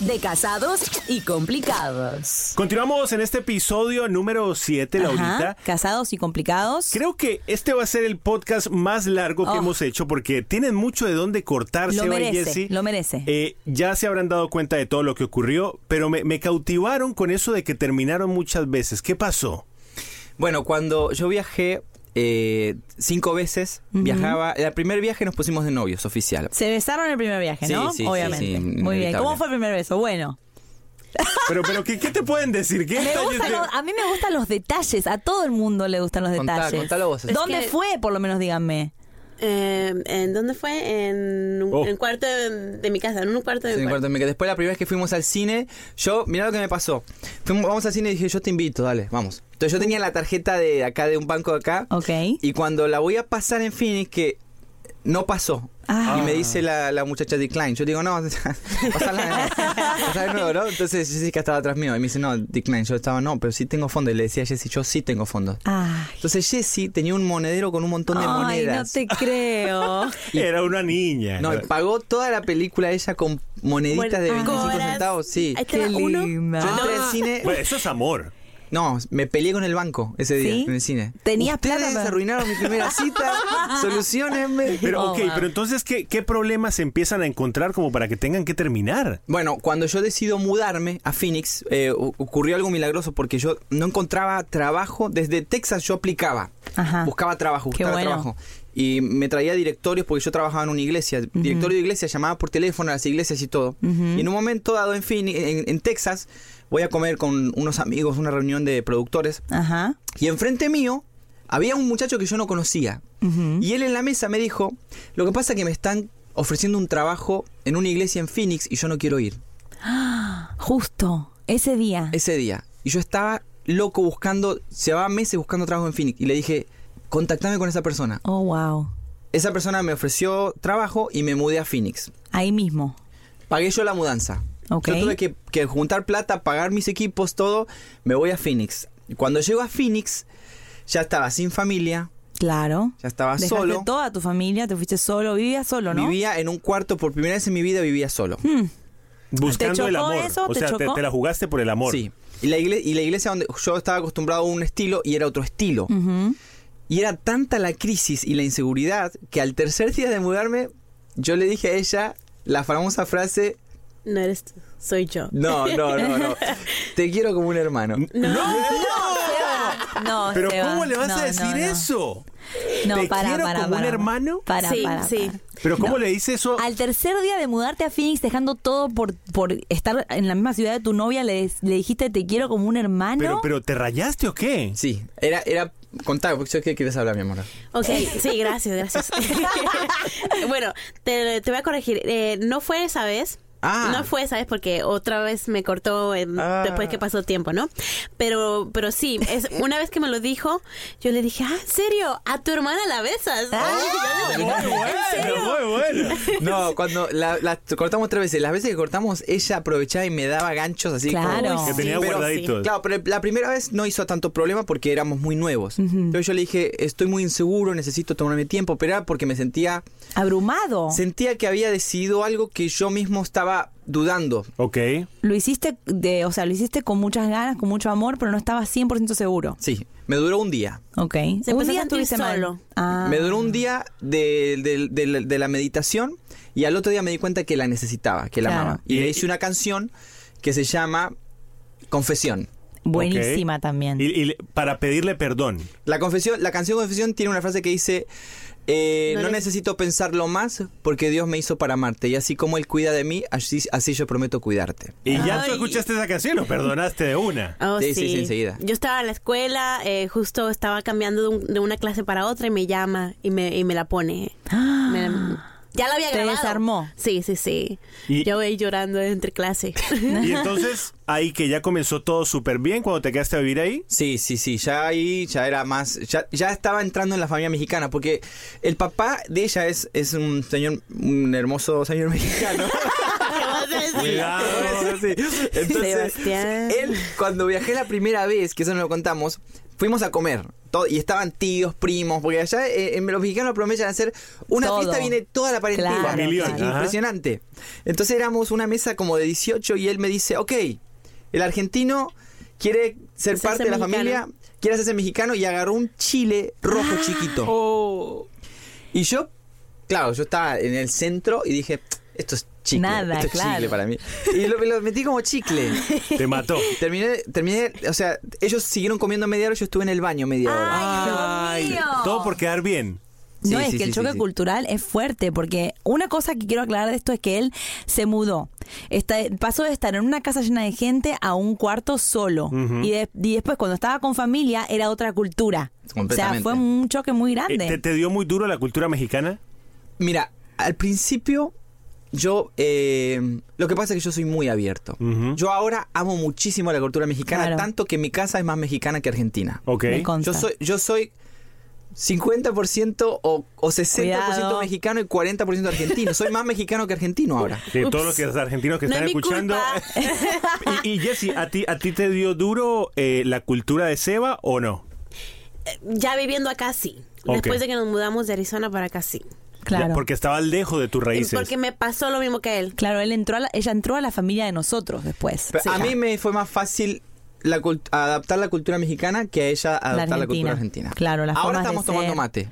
de Casados y Complicados.
Continuamos en este episodio número 7, Laurita.
Casados y complicados.
Creo que este va a ser el podcast más largo que
Oh.
hemos hecho porque tienen mucho de dónde cortar,
Lo
Seba y
merece,
Jessy.
lo merece.
Eh, ya se habrán dado cuenta de todo lo que ocurrió, pero me, me cautivaron con eso de que terminaron muchas veces. ¿Qué pasó?
Bueno, cuando yo viajé, eh, cinco veces.
Ujú.
Viajaba. El primer viaje nos pusimos de novios, oficial.
Se besaron el primer viaje, ¿no?
Sí, sí, sí,
Obviamente.
sí,
Muy bien.
inevitable.
¿Cómo fue el primer beso?
*laughs*
Bueno.
Pero, pero ¿qué, qué te pueden decir? ¿Qué
Me
detalles
gustan
de-
los- a mí me gustan los detalles. A todo el mundo le gustan los
Contá,
detalles.
contalo vos. Es
¿Dónde
que-
fue? Por lo menos díganme.
Eh, ¿En dónde fue? En un
Oh.
en cuarto de, de mi casa, en un cuarto de
Sí,
mi
me
cuarto.
acuerdo, me- que Después la primera vez que fuimos al cine, yo, mirá lo que me pasó. Fuimos, vamos al cine y dije, yo te invito, dale, vamos. Entonces yo tenía la tarjeta de acá, de un banco de acá.
Ok.
Y cuando la voy a pasar en Phoenix, que no pasó.
Ah.
Y me dice la, la muchacha decline. Yo digo, no, *laughs* pasarla de nuevo. Pasarla de nuevo, ¿no? Entonces Jessica estaba atrás mío. Y me dice, no, decline. Yo estaba, no, pero sí tengo fondos. Y le decía a Jessy, yo sí tengo fondos.
Ah.
Entonces Jessy tenía un monedero con un montón de
Ay, no
monedas.
te
*laughs*
creo.
Era una niña.
No, y pagó toda la película ella con moneditas de
Bueno,
25
cobras.
centavos, sí.
Ahí te Qué va uno. linda.
Yo entré al cine.
Bueno, eso es amor.
No, me peleé con el banco ese día en el cine.
Tenías
Ustedes
plata.
arruinaron mi primera cita.
*laughs*
Solucionenme.
Pero,
Oh,
ok, pero entonces, ¿qué, ¿qué problemas empiezan a encontrar como para que tengan que terminar?
Bueno, cuando yo decido mudarme a Phoenix, eh, o- ocurrió algo milagroso porque yo no encontraba trabajo. Desde Texas yo aplicaba.
Ajá.
Buscaba trabajo,
Qué
buscaba
bueno.
trabajo. Y me traía directorios porque yo trabajaba en una iglesia. Directorio de iglesia, llamaba por teléfono a las iglesias y todo.
Ujú.
Y en un momento dado en, Phoenix- en, en Texas, voy a comer con unos amigos, una reunión de productores.
Ajá.
Y enfrente mío había un muchacho que yo no conocía. Y él en la mesa me dijo, lo que pasa es que me están ofreciendo un trabajo en una iglesia en Phoenix y yo no quiero ir
Ah, Justo. Ese día.
ese día. Y yo estaba loco buscando, llevaba meses buscando trabajo en Phoenix. Y le dije, contactame con esa persona.
Oh, wow.
Esa persona me ofreció trabajo y me mudé a Phoenix.
Ahí mismo.
Pagué yo la mudanza.
Ok.
Yo tuve que, que juntar plata, pagar mis equipos, todo. Me voy a Phoenix. Y Cuando llego a Phoenix, ya estaba sin familia,
Claro.
ya estaba
Dejaste
solo.
toda tu familia, te fuiste solo, vivías solo, ¿no?
Vivía en un cuarto, por primera vez en mi vida vivía solo.
Buscando el amor. o sea, te, te la jugaste por el amor.
Sí. Y la, igle- y la iglesia donde yo estaba acostumbrado a un estilo y era otro estilo.
Ujú.
Y era tanta la crisis y la inseguridad que al tercer día de mudarme, yo le dije a ella la famosa frase,
No eres tú, soy yo.
no, no, no, no, te quiero como un hermano.
No,
*laughs* Pero
Esteban,
¿cómo le vas
no,
a
no,
decir
no.
eso?
No,
¿Te
para,
quiero
para,
como
para.
un hermano?
Para,
Sí,
para,
sí.
para.
Pero ¿cómo
No.
le dice eso?
Al tercer día de mudarte a Phoenix, dejando todo por, por estar en la misma ciudad de tu novia, le, le dijiste te quiero como un hermano.
Pero, pero ¿te rayaste o qué?
Sí, era, era, contá, porque yo qué quieres hablar, mi amor.
Ok, sí, gracias, gracias. *laughs* bueno, te, te voy a corregir. Eh, no fue esa vez.
Ah.
No fue esa vez porque otra vez me cortó en-
Ah.
después que pasó tiempo, ¿no? Pero, pero sí,
*laughs*
es, una vez que me lo dijo, yo le dije, ah, ¿en serio? ¿A tu hermana la besas?
Ah.
Muy bueno.
No, cuando la, la cortamos tres veces, las veces que cortamos, ella aprovechaba y me daba ganchos así. como-
Claro. Que
tenía
Pero-
guardaditos.
Claro, pero la primera vez no hizo tanto problema porque éramos muy nuevos. Entonces yo le dije, estoy muy inseguro, necesito tomarme tiempo, pero era porque me sentía
Abrumado.
Sentía que había decidido algo que yo mismo estaba dudando.
Ok.
Lo hiciste de, o sea, lo hiciste con muchas ganas, con mucho amor, pero no estabas 100% seguro.
Sí, me duró un día.
Ok.
empezó a sentir solo.
Ah.
Me duró un día de, de- de- de la meditación y al otro día me di cuenta que la necesitaba, que la
Claro.
amaba.
Eh,
Y le hice una canción que se llama Confesión.
Buenísima también.
Y, y le- para pedirle perdón.
La, confesión, la canción Confesión tiene una frase que dice, eh,
No
no,
le-
necesito pensarlo más porque Dios me hizo para amarte y así como Él cuida de mí, así, así yo prometo cuidarte.
¿Y ya
Ay.
tú escuchaste esa canción o perdonaste de una?
Oh,
Sí,
sí,
sí, sí, enseguida.
Yo estaba en la escuela, eh, justo estaba cambiando de, un- de una clase para otra y me llama y me, y me la pone.
Ah.
Me la- ya la había
Te
grabado.
desarmó.
Sí, sí, sí.
Y-
Yo voy llorando entre clase.
*laughs* Y entonces, ahí que ya comenzó todo súper bien cuando te quedaste a vivir ahí.
Sí, sí, sí, ya ahí ya era más, ya, ya estaba entrando en la familia mexicana, porque el papá de ella es, es un señor, un hermoso señor *laughs* mexicano.
¿Qué vas a decir?
Cuidado.
Sí. Entonces,
Sebastián.
él, cuando viajé la primera vez, que eso no lo contamos, fuimos a comer. to- y estaban tíos, primos, porque allá eh, en los mexicanos prometen hacer una
Todo.
fiesta, viene toda la parentela.
Claro, Familión,
Es
claro. ajá.
Impresionante. Entonces éramos una mesa como de 18 y él me dice, ok, el argentino quiere ser
Hacerse
parte de la familia,
mexicano.
quiere hacerse mexicano y agarró un chile rojo chiquito. Y yo, claro, yo estaba en el centro y dije, esto es chicle.
Nada,
Esto es
claro.
chicle para mí. Y lo, lo metí como
*laughs*
chicle.
Te mató.
Terminé, terminé, o sea, ellos siguieron comiendo media hora, yo estuve en el baño media hora.
Ay, Dios mío.
Todo por quedar bien.
No,
Sí,
es
sí,
que el
sí,
choque
sí, sí.
cultural es fuerte, porque una cosa que quiero aclarar de esto es que él se mudó. Está, pasó de estar en una casa llena de gente a un cuarto solo.
Ujú.
y, de- y después, cuando estaba con familia, era otra cultura. O sea,
Completamente.
fue un choque muy
Eh,
grande.
¿Te, te dio muy duro la cultura mexicana?
Mira, al principio yo... eh, lo que pasa es que yo soy muy abierto. Yo ahora amo muchísimo la cultura mexicana,
Claro.
tanto que mi casa es más mexicana que argentina.
Ok.
Me consta.
Yo soy, yo soy 50% o, o 60%
Cuidado.
mexicano y 40% argentino. Soy más mexicano que argentino ahora.
De todos los que- los argentinos que
No
están
es mi
escuchando. *laughs* y y Jessy, ¿a ti, ¿a ti te dio duro eh, la cultura de Seba o no?
*laughs* Ya viviendo acá sí.
Ok.
Después de que nos mudamos de Arizona para acá sí.
Ya, porque estabas lejos de tus raíces.
Porque me pasó lo mismo que él.
Claro, él entró a la- ella entró a la familia de nosotros después.
Pero a mí me fue más fácil la cult- adaptar la cultura mexicana que a ella adaptar la, cultura argentina.
Claro, las
Ahora
formas de
estamos tomando
ser.
mate.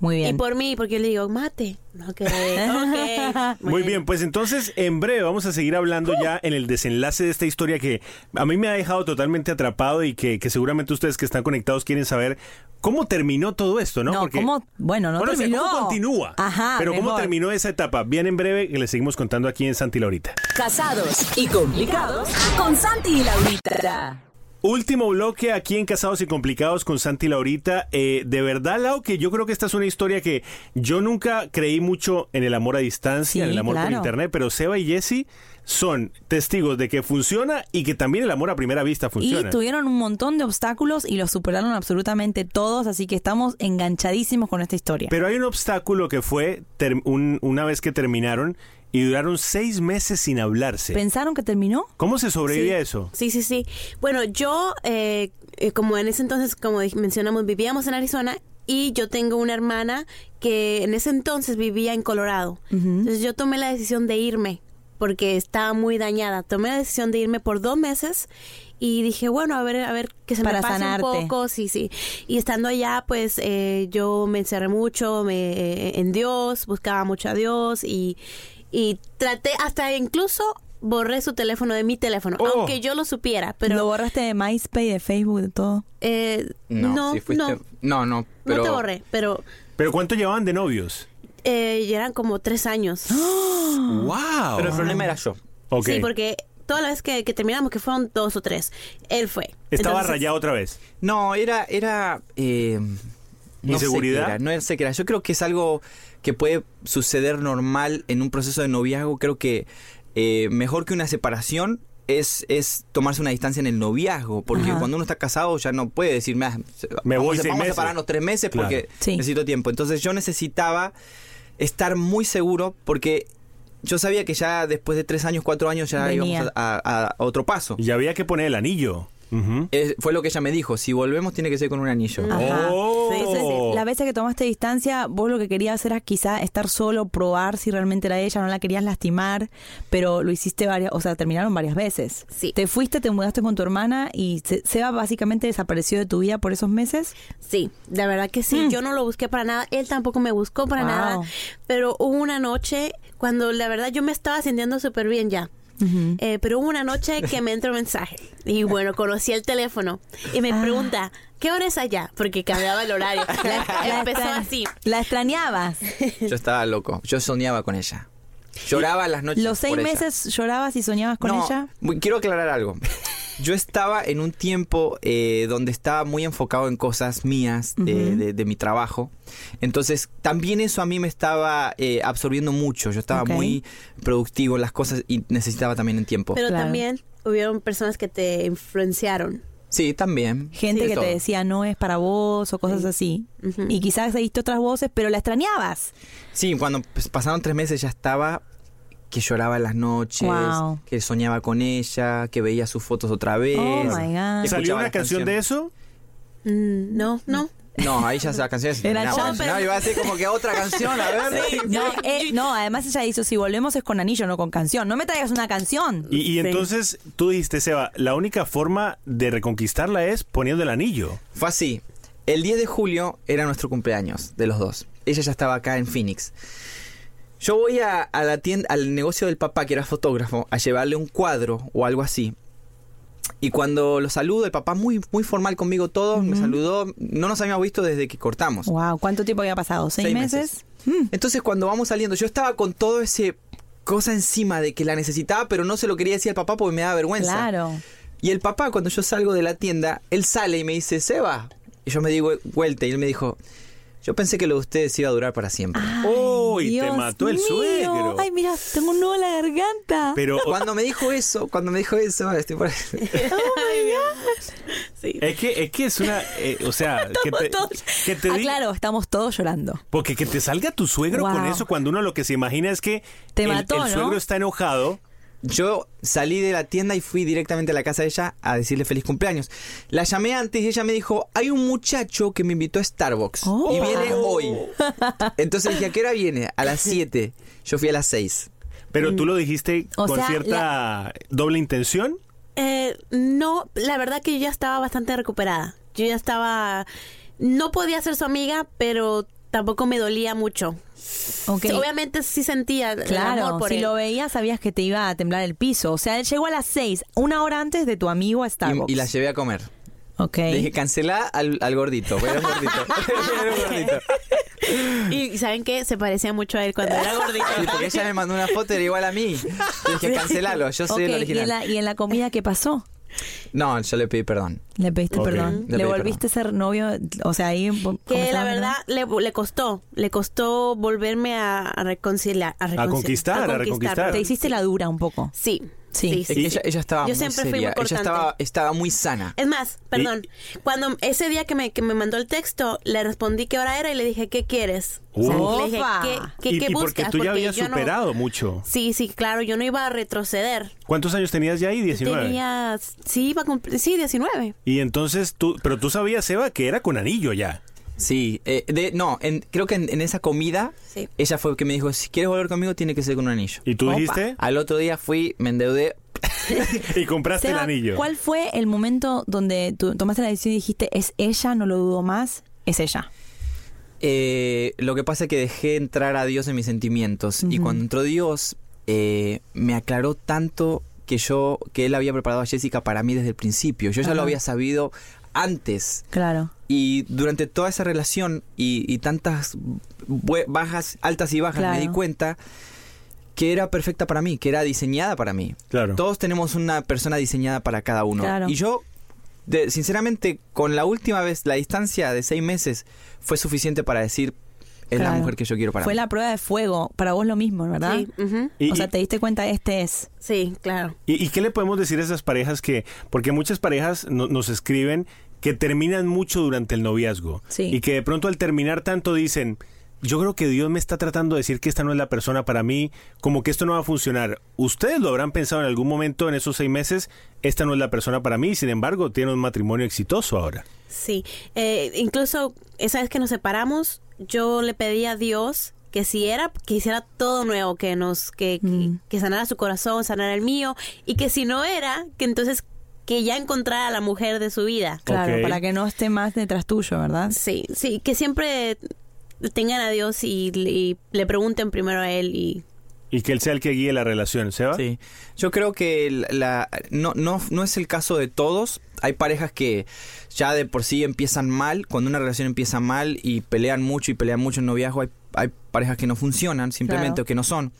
Muy bien.
Y por mí, porque yo le digo, mate.
*laughs*
Ok, ok.
Muy bien, pues entonces en breve vamos a seguir hablando ya en el desenlace de esta historia que a mí me ha dejado totalmente atrapado y que, que seguramente ustedes que están conectados quieren saber cómo terminó todo esto, ¿no?
No, cómo- bueno, no
o sea,
terminó.
¿Cómo continúa?
Ajá,
Pero cómo
mejor.
terminó esa etapa. Bien en breve que le seguimos contando aquí en Santi Laurita.
Casados y complicados con Santi y Laurita.
Último bloque aquí en Casados y Complicados con Santi Laurita. Eh, de verdad, Lau, que yo creo que esta es una historia que yo nunca creí mucho en el amor a distancia,
Sí,
en el amor por
claro.
internet, pero Seba y Jesse son testigos de que funciona y que también el amor a primera vista funciona.
Y tuvieron un montón de obstáculos y los superaron absolutamente todos, así que estamos enganchadísimos con esta historia.
Pero hay un obstáculo que fue ter- un- una vez que terminaron y duraron seis meses sin hablarse.
¿Pensaron que terminó?
¿Cómo se sobrevive
Sí.
a eso?
Sí, sí, sí. Bueno, yo, eh, eh, como en ese entonces, como dij- mencionamos, vivíamos en Arizona y yo tengo una hermana que en ese entonces vivía en Colorado. Entonces yo tomé la decisión de irme porque estaba muy dañada. Tomé la decisión de irme por dos meses y dije, bueno, a ver, a ver que se
Para
me pase
sanarte.
un poco, sí, sí. Y estando allá, pues eh, yo me encerré mucho me, eh, en Dios, buscaba mucho a Dios y, y traté, hasta incluso borré su teléfono de mi teléfono,
Oh.
aunque yo lo supiera, pero...
¿Lo borraste de MySpace, de Facebook, de todo?
eh, no, no, no,
No, no, pero...
te *gasps* borré, pero
¿Pero cuánto llevaban de novios?
eh, ya eran como tres años.
¡Wow!
Pero el problema era yo.
*gasps* Ok.
Sí, porque toda la vez que, que terminamos, que fueron dos o tres, él fue.
Estaba
Entonces-
rayado otra vez.
No, era... era eh, no sé
¿Inseguridad?
qué era, no sé qué era. Yo creo que es algo que puede suceder normal en un proceso de noviazgo. Creo que eh, mejor que una separación es, es tomarse una distancia en el noviazgo. Porque
Ajá.
cuando uno está casado ya no puede decir, "Ah, se-
Me
vamos
voy
a-
seis
vamos a
meses".
separarnos tres meses
Claro.
porque
Sí.
necesito tiempo. Entonces yo necesitaba estar muy seguro porque yo sabía que ya después de tres años, cuatro años ya
Venía.
íbamos a, a- a otro paso.
Y había que poner el anillo. Ujú.
Eh, fue lo que ella me dijo, si volvemos tiene que ser con un anillo.
Ajá.
Oh.
Entonces, las veces que tomaste distancia, vos lo que querías era quizá estar solo, probar si realmente era ella, no la querías lastimar, pero lo hiciste varias, o sea, terminaron varias veces.
Sí.
Te fuiste, te mudaste con tu hermana y Se- Seba básicamente desapareció de tu vida por esos meses.
Sí, la verdad que sí. Yo no lo busqué para nada. Él tampoco me buscó para
Mm. Wow.
nada. Pero hubo una noche cuando la verdad yo me estaba sintiendo súper bien ya. Eh, pero hubo una noche que me entró un mensaje. Y bueno, conocí el teléfono. Y
Ah.
me pregunta, ¿qué hora es allá? Porque cambiaba
*laughs*
el horario.
La
Empezó
extra-
así.
La extrañabas.
Yo estaba loco, yo soñaba con ella. Lloraba las noches.
Los seis
por ella.
meses llorabas y soñabas con
No,
ella.
bu- Quiero aclarar algo. Yo estaba en un tiempo eh, donde estaba muy enfocado en cosas mías, de, de- de mi trabajo. Entonces, también eso a mí me estaba eh, absorbiendo mucho. Yo estaba
Ok.
muy productivo en las cosas y necesitaba también el tiempo.
Pero
Claro.
también hubieron personas que te influenciaron.
sí, también.
Gente
Sí,
que
todo.
te decía no es para vos o cosas así. Y quizás seguiste otras voces, pero la extrañabas.
Sí, cuando pues, pasaron tres meses ya estaba que lloraba en las noches,
Wow.
que soñaba con ella, que veía sus fotos otra vez.
Oh, my God.
que
¿Salió
¿Salió
escuchaba
una
las
canción
canciones.
de eso?
Mm, no, no.
No, ahí ya la canción se
Era
terminaba.
chao,
pero-
No, iba a decir como que otra canción, a ver.
*laughs*
No, eh, no, además ella hizo, si volvemos es con anillo, no con canción. No me traigas una canción.
Y, y entonces tú dijiste, Seba, la única forma de reconquistarla es poniendo el anillo.
Fue así. El 10 de julio era nuestro cumpleaños de los dos. Ella ya estaba acá en Phoenix. Yo voy a, a la tienda, al negocio del papá, que era fotógrafo, a llevarle un cuadro o algo así. Y cuando lo saludo, el papá muy, muy formal conmigo todo, me saludó. No nos habíamos visto desde que cortamos.
Wow, ¿cuánto tiempo había pasado? ¿Seis, meses? Mm.
Entonces cuando vamos saliendo, yo estaba con todo ese cosa encima de que la necesitaba, pero no se lo quería decir al papá porque me daba vergüenza.
Claro.
Y el papá, cuando yo salgo de la tienda, él sale y me dice, Seba. Y yo me di vu- vuelta y él me dijo, yo pensé que lo de ustedes iba a durar para siempre.
Ah.
¡Uy! te
Dios
mató el
mío.
suegro.
Ay, mira, tengo un nudo en la garganta.
Pero-
cuando me dijo eso, cuando me dijo eso, estoy por...
*laughs*
Es que es, que es una. eh,
*laughs*
o sea, que te, que te
ah,
di-
claro, estamos todos llorando.
Porque que te salga tu suegro
Wow.
con eso cuando uno lo que se imagina es que
Te
el,
mató,
el
¿no?
suegro está enojado.
Yo salí de la tienda y fui directamente a la casa de ella a decirle feliz cumpleaños. La llamé antes y ella me dijo, hay un muchacho que me invitó a Starbucks
Oh.
y viene hoy. Entonces dije, ¿a qué hora viene? A las 7. Yo fui a las 6.
Pero tú lo dijiste
O
con
sea,
cierta doble intención.
Eh, no, la verdad que yo ya estaba bastante recuperada. Yo ya estaba... No podía ser su amiga, pero tampoco me dolía mucho.
Ok.
Obviamente sí sentía el amor
Claro,
por
si
él.
lo veías sabías que te iba a temblar el piso. O sea, él llegó a las seis, una hora antes de tu amigo a Starbucks.
Y, y la llevé a comer.
Ok.
Le dije, cancelá al, al gordito. Era un gordito. Era un gordito.
*laughs* Y ¿saben qué? Se parecía mucho a él cuando
*laughs*
era gordito.
Sí, porque ella me mandó una foto, era igual a mí. Le dije, cancelalo, yo soy
Ok,
el
¿Y en,
original.
la, y en la comida qué pasó?
No, yo le pedí perdón.
Le pediste
Ok.
perdón.
Le
Le,
pedí
volviste a ser novio. O sea, ahí.
Que la
comenzaron,
verdad le, le costó, le costó volverme a, a reconciliar. A, reconciliar-
conquistar, a reconquistar.
Te hiciste la dura un poco.
Sí, sí,
Es que
sí.
Ella, ella estaba
Yo
muy
siempre fui muy
seria. ella
cortante.
estaba, estaba muy sana.
Es más, perdón, cuando ese día que me, que me mandó el texto, le respondí qué hora era y le dije, ¿qué quieres?
Uh.
le dije, ¿qué, qué,
y,
qué
y porque
buscas?
tú ya habías
yo no-
superado mucho.
Sí, sí, claro, yo no iba a retroceder.
¿Cuántos años tenías ya ahí? 19.
Tenía, sí, iba a cumplir, sí, 19.
Y entonces tú, pero tú sabías, Eva, que era con anillo ya.
Sí, eh, de- no, en- creo que en, en esa comida
Sí.
ella fue que me dijo, si quieres volver conmigo tiene que ser con un anillo.
¿Y tú
*laughs*
dijiste?
Al otro día fui, me endeudé.
y compraste
Seba, ¿Cuál fue el momento donde tú tomaste la decisión y dijiste, es ella, no lo dudo más, es ella?
Eh, lo que pasa es que dejé entrar a Dios en mis sentimientos y
Ujú.
cuando entró Dios eh, me aclaró tanto que yo, que él había preparado a Jessica para mí desde el principio. Yo ya lo
Ajá.
había sabido antes.
Claro.
Y durante toda esa relación y, y tantas bue- bajas, altas y bajas,
Claro.
me di cuenta que era perfecta para mí, que era diseñada para mí.
Claro.
Todos tenemos una persona diseñada para cada uno.
Claro.
Y yo, de- sinceramente, con la última vez, la distancia de seis meses fue suficiente para decir, es la
Claro.
mujer que yo quiero para
Fue
mí.
la prueba de fuego, para vos lo mismo, ¿verdad?
Sí, ujú.
Y-
o sea,
y-
te diste cuenta, este es.
Sí, claro.
¿Y, y qué le podemos decir a esas parejas que, porque muchas parejas no- nos escriben que terminan mucho durante el noviazgo
Sí.
y que de pronto al terminar tanto dicen, yo creo que Dios me está tratando de decir que esta no es la persona para mí, como que esto no va a funcionar. Ustedes lo habrán pensado en algún momento en esos seis meses, esta no es la persona para mí, sin embargo, tienen un matrimonio exitoso ahora.
Sí, eh, incluso esa vez que nos separamos, yo le pedí a Dios que si era, que hiciera todo nuevo, que nos, que, que-
Mm.
que sanara su corazón, sanara el mío, y que si no era, que entonces que ya encontrara a la mujer de su vida.
Claro,
Ok.
para que no esté más detrás tuyo, ¿verdad?
Sí, sí, que siempre tengan a Dios y, y le pregunten primero a él y
Y que Él sea el que guíe la relación, ¿se va?
Sí. Yo creo que la, la- no, no, no es el caso de todos. Hay parejas que ya de por sí empiezan mal. Cuando una relación empieza mal y pelean mucho y pelean mucho en noviazgo, hay, hay parejas que no funcionan simplemente
Claro.
o que no son.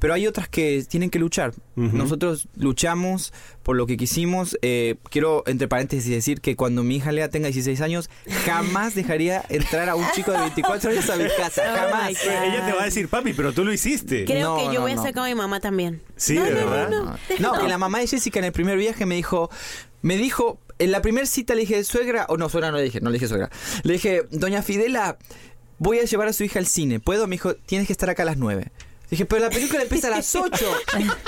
Pero hay otras que tienen que luchar. Nosotros luchamos por lo que quisimos. Eh, quiero, entre paréntesis, decir que cuando mi hija Lea tenga 16 años, jamás dejaría entrar a un chico de 24 años a mi casa. Jamás.
Ella te va a decir, papi, pero tú lo hiciste.
creo
No,
que yo
no,
voy a
no.
ser como mi mamá también.
Sí,
No,
de
no, no,
verdad.
no.
No, que la mamá de Jessica en el primer viaje me dijo, me dijo, en la primera cita le dije, suegra, o no, suegra no le dije, no le dije suegra. Le dije, doña Fidela, voy a llevar a su hija al cine, ¿puedo? Me dijo, tienes que estar acá a las nueve. Dije, pero la película empieza a las
*laughs*
ocho.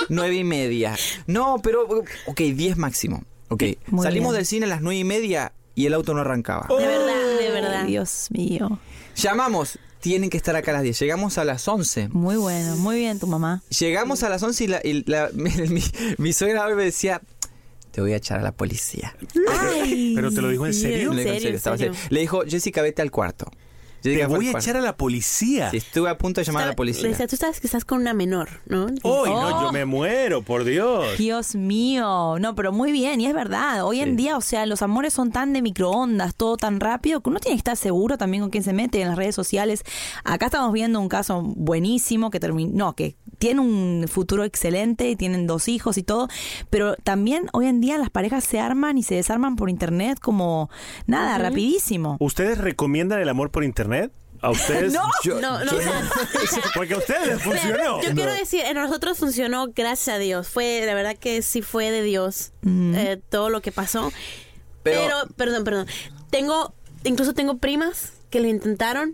Nueve y media. No, pero, ok, diez máximo. Ok,
Muy
salimos
bien. Oh.
del cine a las nueve y media y el auto no arrancaba.
De verdad,
Oh.
de
Ay,
verdad.
Dios mío.
Llamamos, tienen que estar acá a las diez. Llegamos a las once.
Muy bueno, muy bien tu mamá.
Llegamos a las 11 y, la, y la- *laughs* mi, mi suegra me decía, te voy a echar a la policía.
Ay,
¿Pero te lo dijo en
Dios.
serio?
Le dijo, "En
serio, en
estaba
serio.
serio". Le dijo, Jessica, vete al cuarto.
Te voy a echar a la policía.
estuve a punto de llamar a la
Le decía, tú sabes que estás con una menor, ¿no?
Uy,
Oh.
no, yo me muero, por Dios.
Dios mío, no, pero muy bien, y es verdad, hoy en día, o sea, los amores son tan de microondas, todo tan rápido, que uno tiene que estar seguro también con quién se mete en las redes sociales. Acá estamos viendo un caso buenísimo que terminó, no, que tiene un futuro excelente, y tienen dos hijos y todo, pero también hoy en día las parejas se arman y se desarman por internet como nada,
Ujú.
rapidísimo.
¿Ustedes recomiendan el amor por internet? ¿A
Pues
ustedes?
No, no, no, o sea,
*laughs* Porque a ustedes les
Pero
funcionó.
Yo quiero decir, en nosotros funcionó, gracias a Dios. Fue, la verdad que sí fue de Dios eh, todo lo que pasó. Pero, perdón, perdón. Tengo, incluso tengo primas que lo intentaron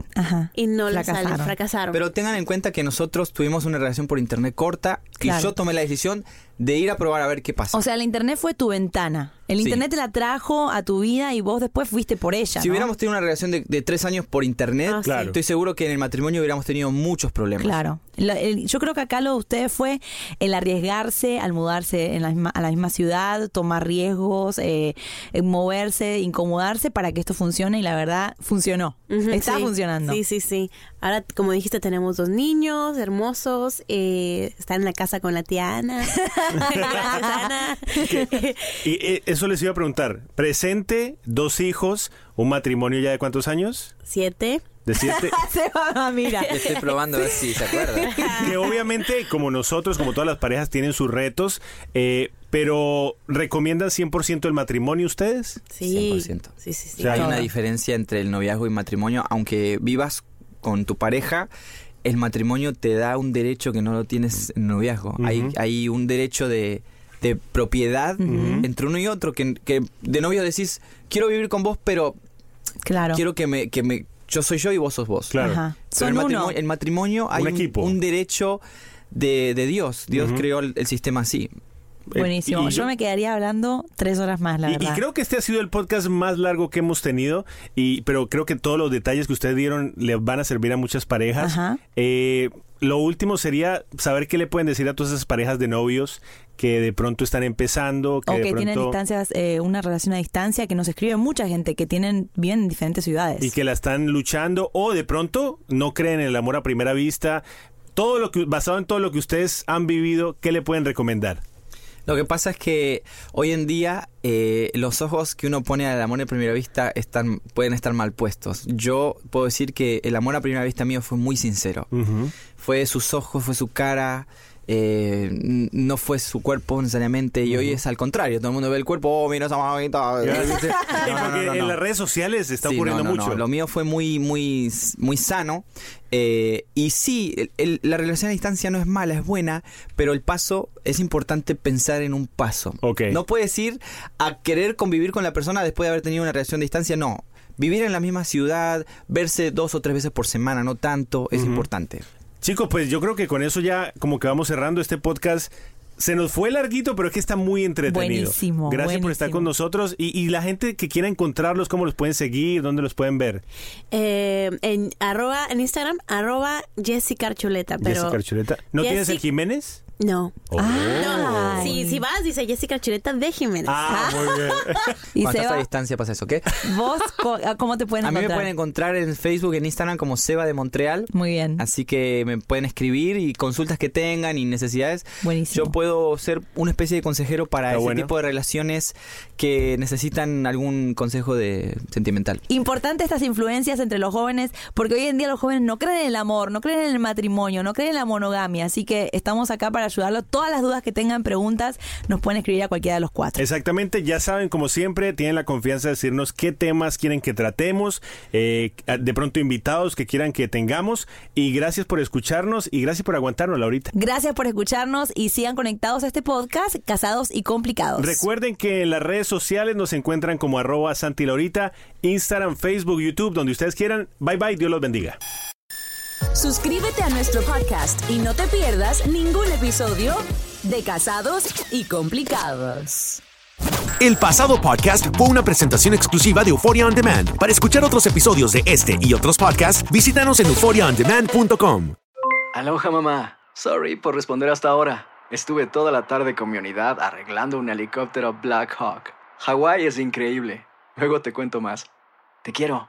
y no les sale, fracasaron.
Pero tengan en cuenta que nosotros tuvimos una relación por internet corta
Claro.
y yo tomé la decisión de ir a probar a ver qué pasa.
O sea, la internet fue tu ventana. El
Sí.
internet te la trajo a tu vida y vos después fuiste por ella.
si
¿no?
hubiéramos tenido una relación de, de tres años por internet,
Claro.
estoy seguro que en el matrimonio hubiéramos tenido muchos problemas.
Claro. La- el- yo creo que acá lo de ustedes fue el arriesgarse al mudarse en la misma, a la misma ciudad, tomar riesgos, eh, eh, moverse, incomodarse para que esto funcione y la verdad funcionó.
Ujú,
Está
sí.
funcionando. *laughs*
Sí, sí, sí. Ahora, como dijiste, tenemos dos niños hermosos. Eh, están en la casa con la tía Ana. *laughs*
*laughs* Y eh, eso les iba a preguntar. Presente, dos hijos, un matrimonio ya de cuántos años?
Siete.
De
*laughs*
siete.
Se va, mira.
Estoy probando a ver si se acuerda.
que obviamente, como nosotros, como todas las parejas, tienen sus retos, eh, pero ¿recomiendan 100% el matrimonio ustedes?
Sí.
100%.
Sí, sí, sí.
O sea,
hay
no.
una diferencia entre el noviazgo y matrimonio, aunque vivas con tu pareja, el matrimonio te da un derecho que no lo tienes en el noviazgo. hay, hay un derecho de, de propiedad entre uno y otro, que, que de novio decís, quiero vivir con vos, pero
Claro.
quiero que me, que me... Yo soy yo y vos sos vos.
Claro. Ajá.
Pero el
Son
matrimonio, eh,
uno.
el matrimonio hay
Un
un,
equipo.
un derecho de, de Dios. Dios
Ujú.
creó el, el sistema así.
Buenísimo.
y- y-
yo me quedaría hablando tres horas más, la
Y, y
verdad.
creo que este ha sido el podcast más largo que hemos tenido, y, pero creo que todos los detalles que ustedes dieron le van a servir a muchas parejas.
Ajá.
Eh, lo último sería saber qué le pueden decir a todas esas parejas de novios que de pronto están empezando, que
o
de
que tienen
pronto-
distancias, eh, una relación a distancia, que nos escribe mucha gente que tienen bien en diferentes ciudades.
y que la están luchando o de pronto no creen en el amor a primera vista. Todo lo que basado en todo lo que ustedes han vivido, ¿qué le pueden recomendar?
Lo que pasa es que hoy en día eh, los ojos que uno pone al amor a primera vista están, pueden estar mal puestos. Yo puedo decir que el amor a primera vista mío fue muy sincero. Fue sus ojos, fue su cara, eh, n- no fue su cuerpo necesariamente. Y hoy es al contrario. Todo el mundo ve el cuerpo, oh, mira esa mamita.
Sí,
¿viste?
porque
*laughs* No, no, no, no,
en
no.
las redes sociales está
Sí,
ocurriendo
no, no, no.
mucho.
Lo mío fue muy, muy, muy sano. Eh, y sí, el- el- la relación a distancia no es mala, es buena, pero el paso es importante pensar en un paso. No puedes ir a querer convivir con la persona después de haber tenido una relación a distancia, no. Vivir en la misma ciudad, verse dos o tres veces por semana, no tanto, es importante.
Chicos, pues yo creo que con eso ya como que vamos cerrando este podcast. Se nos fue larguito, pero es que está muy entretenido.
Buenísimo,
Gracias por estar
buenísimo.
con nosotros. Y, y la gente que quiera encontrarlos, ¿cómo los pueden seguir? ¿Dónde los pueden ver?
Eh, en, arroba, en Instagram, arroba Jessica Archuleta. Ah, Pero Pues,
Jessica Archuleta. ¿No tienes el
Jessica-
Jiménez?
No.
Oh.
Ah.
No, si, si vas, dice Jessica Archuleta de Jiménez.
Ah, muy bien.
Y
Cuando estás
Seba-
a distancia pasa eso, ¿ok?
¿Vos co- ah, cómo te pueden
A mí me
encontrar?
pueden encontrar en Facebook, en Instagram como Seba de Montreal.
Muy bien.
Así que me pueden escribir y consultas que tengan y necesidades.
Buenísimo.
Yo puedo ser una especie de consejero para
Está
ese
bueno.
tipo de relaciones que necesitan algún consejo de sentimental.
Importante estas influencias entre los jóvenes, porque hoy en día los jóvenes no creen en el amor, no creen en el matrimonio, no creen en la monogamia, así que estamos acá para ayudarlos. Todas las dudas que tengan, preguntas, nos pueden escribir a cualquiera de los cuatro.
Exactamente, ya saben, como siempre, tienen la confianza de decirnos qué temas quieren que tratemos, eh, de pronto invitados que quieran que tengamos. Y gracias por escucharnos y gracias por aguantarnos, Laurita.
Gracias por escucharnos y sigan conectados a este podcast, Casados y Complicados.
Recuerden que en las redes sociales nos encuentran como arroba Santi Laurita, Instagram, Facebook, YouTube, donde ustedes quieran. Bye bye, Dios los bendiga.
Suscríbete a nuestro podcast y no te pierdas ningún episodio de Casados y Complicados.
El pasado podcast fue una presentación exclusiva de Euphoria On Demand. Para escuchar otros episodios de este y otros podcasts, visítanos en euphoriaondemand.com.
Aloha mamá. Sorry por responder hasta ahora. Estuve toda la tarde con mi unidad arreglando un helicóptero Black Hawk. Hawái es increíble. Luego te cuento más. Te quiero.